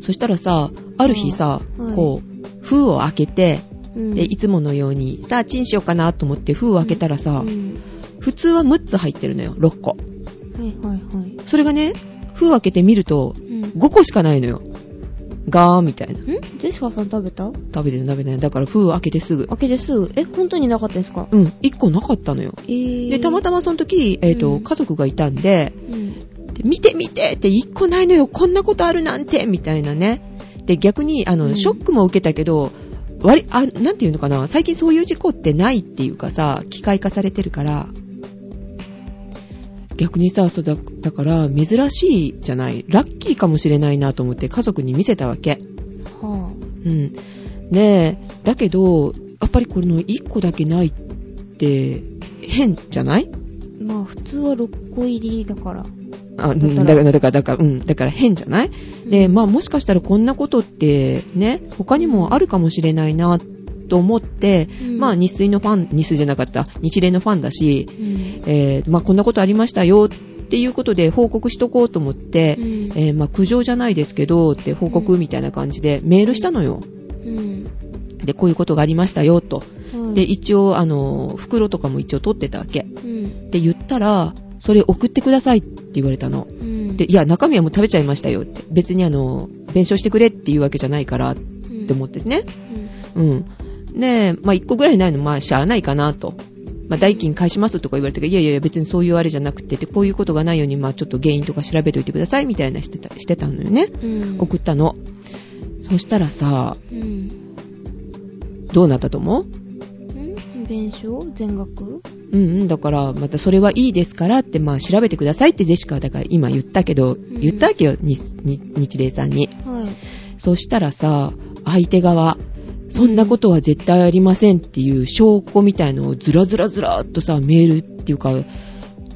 Speaker 1: そしたらさ、ある日さ、
Speaker 2: はい
Speaker 1: こう、封を開けて、
Speaker 2: うん
Speaker 1: で、いつものように、さあ、チンしようかなと思って封を開けたらさ、
Speaker 2: うん
Speaker 1: 普通は6つ入ってるのよ、6個。
Speaker 2: はいはいはい。
Speaker 1: それがね、封開けてみると、
Speaker 2: うん。ん
Speaker 1: 5個しかないのよ。ガーンみたいな。
Speaker 2: ジェシカさん食べた
Speaker 1: 食べてない食べてない。だから封開けてすぐ。
Speaker 2: 開けてすぐ。え、本当になかったですか
Speaker 1: うん、1個なかったのよ。
Speaker 2: えー。
Speaker 1: で、たまたまその時、えっ、と、
Speaker 2: うん
Speaker 1: 家族がいたんで、
Speaker 2: うん。
Speaker 1: で見て見てって1個ないのよ、こんなことあるなんてみたいなね。で、逆に、あの、
Speaker 2: うん
Speaker 1: ショックも受けたけど、割り、あ、なんていうのかな、最近そういう事故ってないっていうかさ、機械化されてるから、逆にさ、そうだ、だから、珍しいじゃない、ラッキーかもしれないなと思って家族に見せたわけ。
Speaker 2: は
Speaker 1: うん。ねえ、だけど、やっぱりこれの1個だけないって、変じゃない
Speaker 2: ぁ。まあ、普通は6個入りだから。
Speaker 1: あ、
Speaker 2: だ
Speaker 1: だ
Speaker 2: ったら
Speaker 1: から、だから、だから、うん、だから変じゃないで、まあもしかしたらこんなことってね、他にもあるかもしれないなと思って、
Speaker 2: うん
Speaker 1: まあ日水のファン、日水じゃなかった、日霊のファンだし、
Speaker 2: うん。
Speaker 1: えーまあこんなことありましたよっていうことで報告しとこうと思って、
Speaker 2: うん
Speaker 1: えーまあ苦情じゃないですけどって報告みたいな感じでメールしたのよ。
Speaker 2: うん。
Speaker 1: で、こういうことがありましたよと。
Speaker 2: はい
Speaker 1: で、、一応、あの、袋とかも一応取ってたわけ。
Speaker 2: うん。
Speaker 1: で、言ったら、それ送ってくださいって言われたの。
Speaker 2: うん。
Speaker 1: で、いや、中身はもう食べちゃいましたよって。別にあの、弁償してくれっていうわけじゃないからって
Speaker 2: うん、
Speaker 1: 思ってね。
Speaker 2: うん、
Speaker 1: うん。ねえ、まあ、一個ぐらいないの、まあ、しゃあないかなと。まあ、代金返しますとか言われたけど、いやいやいや、別にそういうあれじゃなくてって、こういうことがないように、まあ、ちょっと原因とか調べておいてくださいみたいなしてた、してたのよね。
Speaker 2: うん。
Speaker 1: 送ったの。そそしたらさ、
Speaker 2: うん。
Speaker 1: どうなったと思うん
Speaker 2: 弁償全額
Speaker 1: うんうん、だから、またそれはいいですからって、まあ調べてくださいってジェシカはだから今言ったけど、
Speaker 2: ん
Speaker 1: 言ったわけよ、にに日霊さんに。
Speaker 2: はい。
Speaker 1: そしたらさ、相手側、そんなことは絶対ありませんっていう証拠みたいのをずらずらずらっとさ、メールっていうか、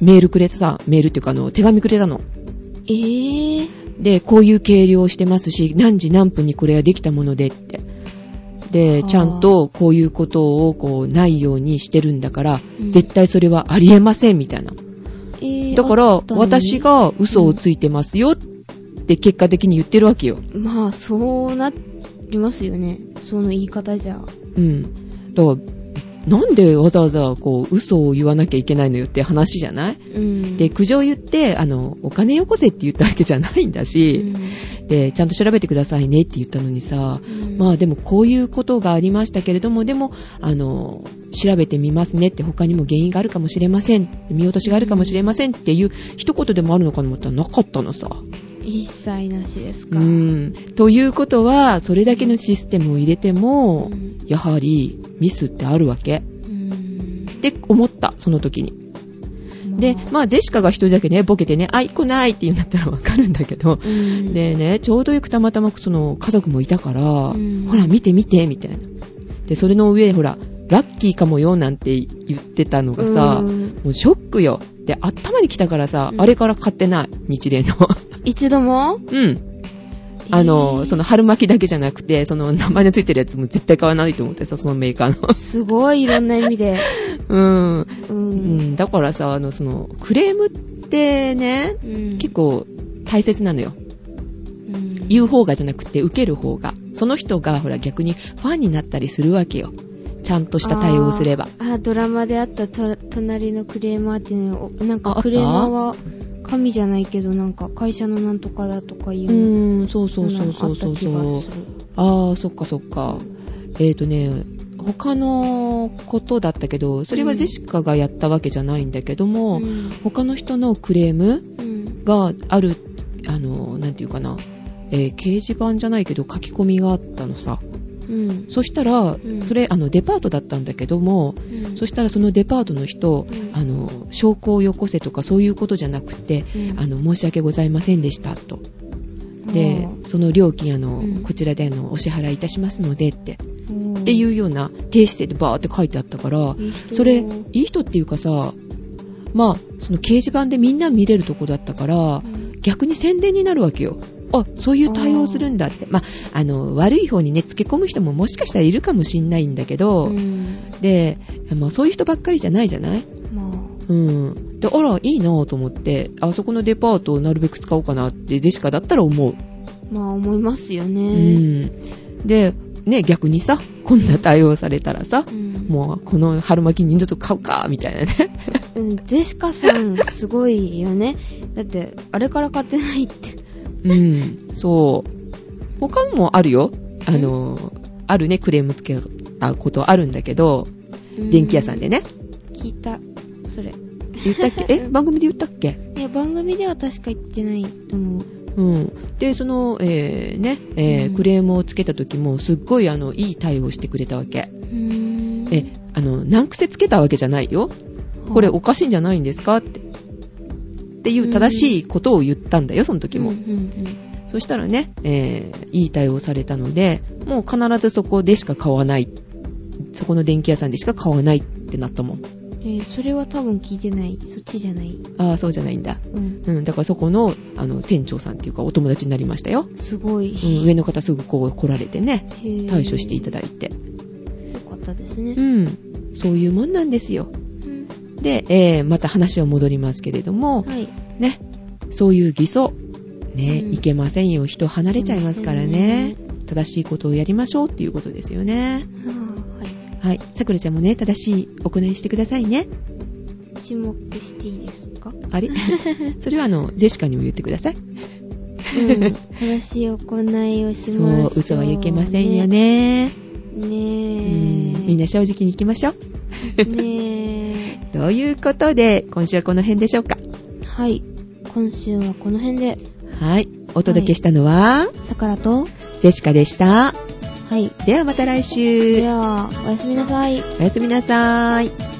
Speaker 1: メールくれたさ、メールっていうかあの、手紙くれたの。
Speaker 2: ええ
Speaker 1: で、こういう計量をしてますし、何時何分にこれはできたものでって。で、
Speaker 2: あー
Speaker 1: ちゃんとこういうことをこう、ないようにしてるんだから、
Speaker 2: うん
Speaker 1: 絶対それはありえませんみたいな。
Speaker 2: ええ
Speaker 1: だか
Speaker 2: あ
Speaker 1: ら
Speaker 2: っ、たのに
Speaker 1: 私が嘘をついてますよって結果的に言ってるわけよ。
Speaker 2: まあ、そうなりますよね。その言い方じゃ。
Speaker 1: うん。だから、なんでわざわざこう、嘘を言わなきゃいけないのよって話じゃない
Speaker 2: うん。
Speaker 1: で、苦情言って、あの、お金よこせって言ったわけじゃないんだ
Speaker 2: う
Speaker 1: し、
Speaker 2: ん、
Speaker 1: で、ちゃんと調べてくださいねって言ったのにさ、
Speaker 2: うん
Speaker 1: まあでもこういうことがありましたけれども、でも、あの、調べてみますねって他にも原因があるかもしれません、見落としがあるかもしれませんっていう一言でもあるのかと思ったらなかったのさ。
Speaker 2: 一切なしですか。
Speaker 1: う。ん。ということは、それだけのシステムを入れても、
Speaker 2: うん
Speaker 1: やはりミスってあるわけ。
Speaker 2: うん
Speaker 1: って思った、その時に。で、まあ、ジェシカが一人だけね、ボケてね、あ、一個ないって言うんだったらわかるんだけど、
Speaker 2: うん、
Speaker 1: でね、ちょうどよくたまたまその家族もいたから、
Speaker 2: ん
Speaker 1: ほら、見て見て、みたいな。で、それの上、ほら、ラッキーかもよ、なんて言ってたのがさ、
Speaker 2: うん
Speaker 1: もうショックよ。で、頭に来たからさ、
Speaker 2: うん
Speaker 1: あれから買ってない、日例の。 <laughs>
Speaker 2: 一度も
Speaker 1: うん。あの、そ
Speaker 2: の、
Speaker 1: の春巻きだけじゃなくて、その名前のついてるやつも絶対買わないと思ってさ、そのメーカーの。 <laughs>
Speaker 2: すごいいろんな意味で。
Speaker 1: うん。
Speaker 2: う。
Speaker 1: うんん。だからさ、あの、その、クレームってね、
Speaker 2: うん
Speaker 1: 結構大切なのよ。
Speaker 2: うん
Speaker 1: 言う方がじゃなくて、受ける方が。その人が、ほら、逆にファンになったりするわけよ。ちゃんとした対応をすれば。
Speaker 2: あーあードラマであったと隣のクレーマーっていうのをなん
Speaker 1: ああっ
Speaker 2: か
Speaker 1: た
Speaker 2: クレーマーは神じゃないけどなんか会社のなんとかだとかいううの
Speaker 1: ん、そうそうそうそうそう
Speaker 2: あった気
Speaker 1: そ
Speaker 2: が
Speaker 1: う
Speaker 2: す。る
Speaker 1: あー、そっかそっか。えっ、とね、他のことだったけど、それはジェシカがやったわけじゃないんだけども、
Speaker 2: うん
Speaker 1: 他の人のクレーム
Speaker 2: うん
Speaker 1: がある、あの、なんていうかな、えー掲示板じゃないけど書き込みがあったのさ。
Speaker 2: うん
Speaker 1: そしたら、
Speaker 2: ん
Speaker 1: それ、あの、デパートだったんだけども、
Speaker 2: うん
Speaker 1: そしたらそのデパートの人、
Speaker 2: うん
Speaker 1: あの、証拠をよこせとかそういうことじゃなくて、
Speaker 2: うん
Speaker 1: あの、申し訳ございませんでした、と。で、その料金、あの、
Speaker 2: うん
Speaker 1: こちらであの、お支払いいたしますので、って、
Speaker 2: うん
Speaker 1: っていうような低姿勢でバーって書いてあったから、
Speaker 2: いい人
Speaker 1: それ、いい人っていうかさ、まあ、その掲示板でみんな見れるとこだったから、逆に宣伝になるわけよ。あ、そういう対応するんだって。まあ、あの、悪い方にね、つけ込む人ももしかしたらいるかもしんないんだけど、
Speaker 2: うん
Speaker 1: で、まあ、そういう人ばっかりじゃないじゃない
Speaker 2: ま
Speaker 1: うん。で、あら、いいなぁと思って、あそこのデパートをなるべく使おうかなって、ジェシカだったら思う。
Speaker 2: あまあ思いますよ
Speaker 1: う
Speaker 2: ね
Speaker 1: ん。で、ね、逆にさ、こんな対応されたらさ、
Speaker 2: うん
Speaker 1: もう、この春巻き人数と買うか、みたいなね。
Speaker 2: うんジェシカさんすごいよねだってあれから買ってないって
Speaker 1: うん、そう。他もあるよ。あの、あるね、クレームつけたことあるんだけど、電気屋さんで
Speaker 2: ね
Speaker 1: ね。
Speaker 2: 聞いたそれ
Speaker 1: 言ったっ
Speaker 2: <laughs>
Speaker 1: けえ、番組で言ったっけ
Speaker 2: いや番組では確か言ってないと思う
Speaker 1: うん。で、その、えーね、えー
Speaker 2: うん
Speaker 1: クレームをつけた時も、すっごい、あの、いい対応してくれたわけ。
Speaker 2: うーん
Speaker 1: え、あの、難癖つけたわけじゃないよ。これおかしいんじゃないんですかって。っていう正しいことを言ったんだよ、その時も。
Speaker 2: うんうん
Speaker 1: そしたらね、えーいい対応されたので、もう必ずそこでしか買わない。そこの電気屋さんでしか買わないってなったもん。
Speaker 2: うんえーそれは多分聞いてないそっちじゃない
Speaker 1: ああ、そうじゃないんだ。
Speaker 2: うん
Speaker 1: うん、だからそこの、あの、店長さんっていうかお友達になりましたよ。
Speaker 2: すごい、
Speaker 1: うん、上の方すぐこう来られてね、対処していた
Speaker 2: だ
Speaker 1: だいて。
Speaker 2: よかったですね
Speaker 1: うん、そういうもんなんですよ。
Speaker 2: うん
Speaker 1: で、えーまた話は戻りますけれども、
Speaker 2: はい
Speaker 1: ね、そういう偽装、ね、
Speaker 2: うん
Speaker 1: いけませんよ。人離れちゃいますからね。正しいことをやりましょうっていうことですよね。
Speaker 2: あーはい
Speaker 1: はい。さくらちゃんもね、正しい行いしてくださいね。
Speaker 2: 沈黙していいですか
Speaker 1: あ <laughs> れそれはあの、ジェシカにも言ってください。
Speaker 2: <laughs> うん正しい行いをしまし
Speaker 1: そ
Speaker 2: ょう、
Speaker 1: う、嘘はいけませんよね。
Speaker 2: ね
Speaker 1: う
Speaker 2: え
Speaker 1: ん、みんな正直に行きましょう。
Speaker 2: <laughs> ね
Speaker 1: ということで、今週はこの辺でしょうか。
Speaker 2: えはい今週はこの辺で
Speaker 1: はい。お届けしたのは、
Speaker 2: さからと
Speaker 1: ジジェシカでした。
Speaker 2: はい。
Speaker 1: ではまた来
Speaker 2: で
Speaker 1: 週。
Speaker 2: は、おやすみなさい。
Speaker 1: おやすみなさーい。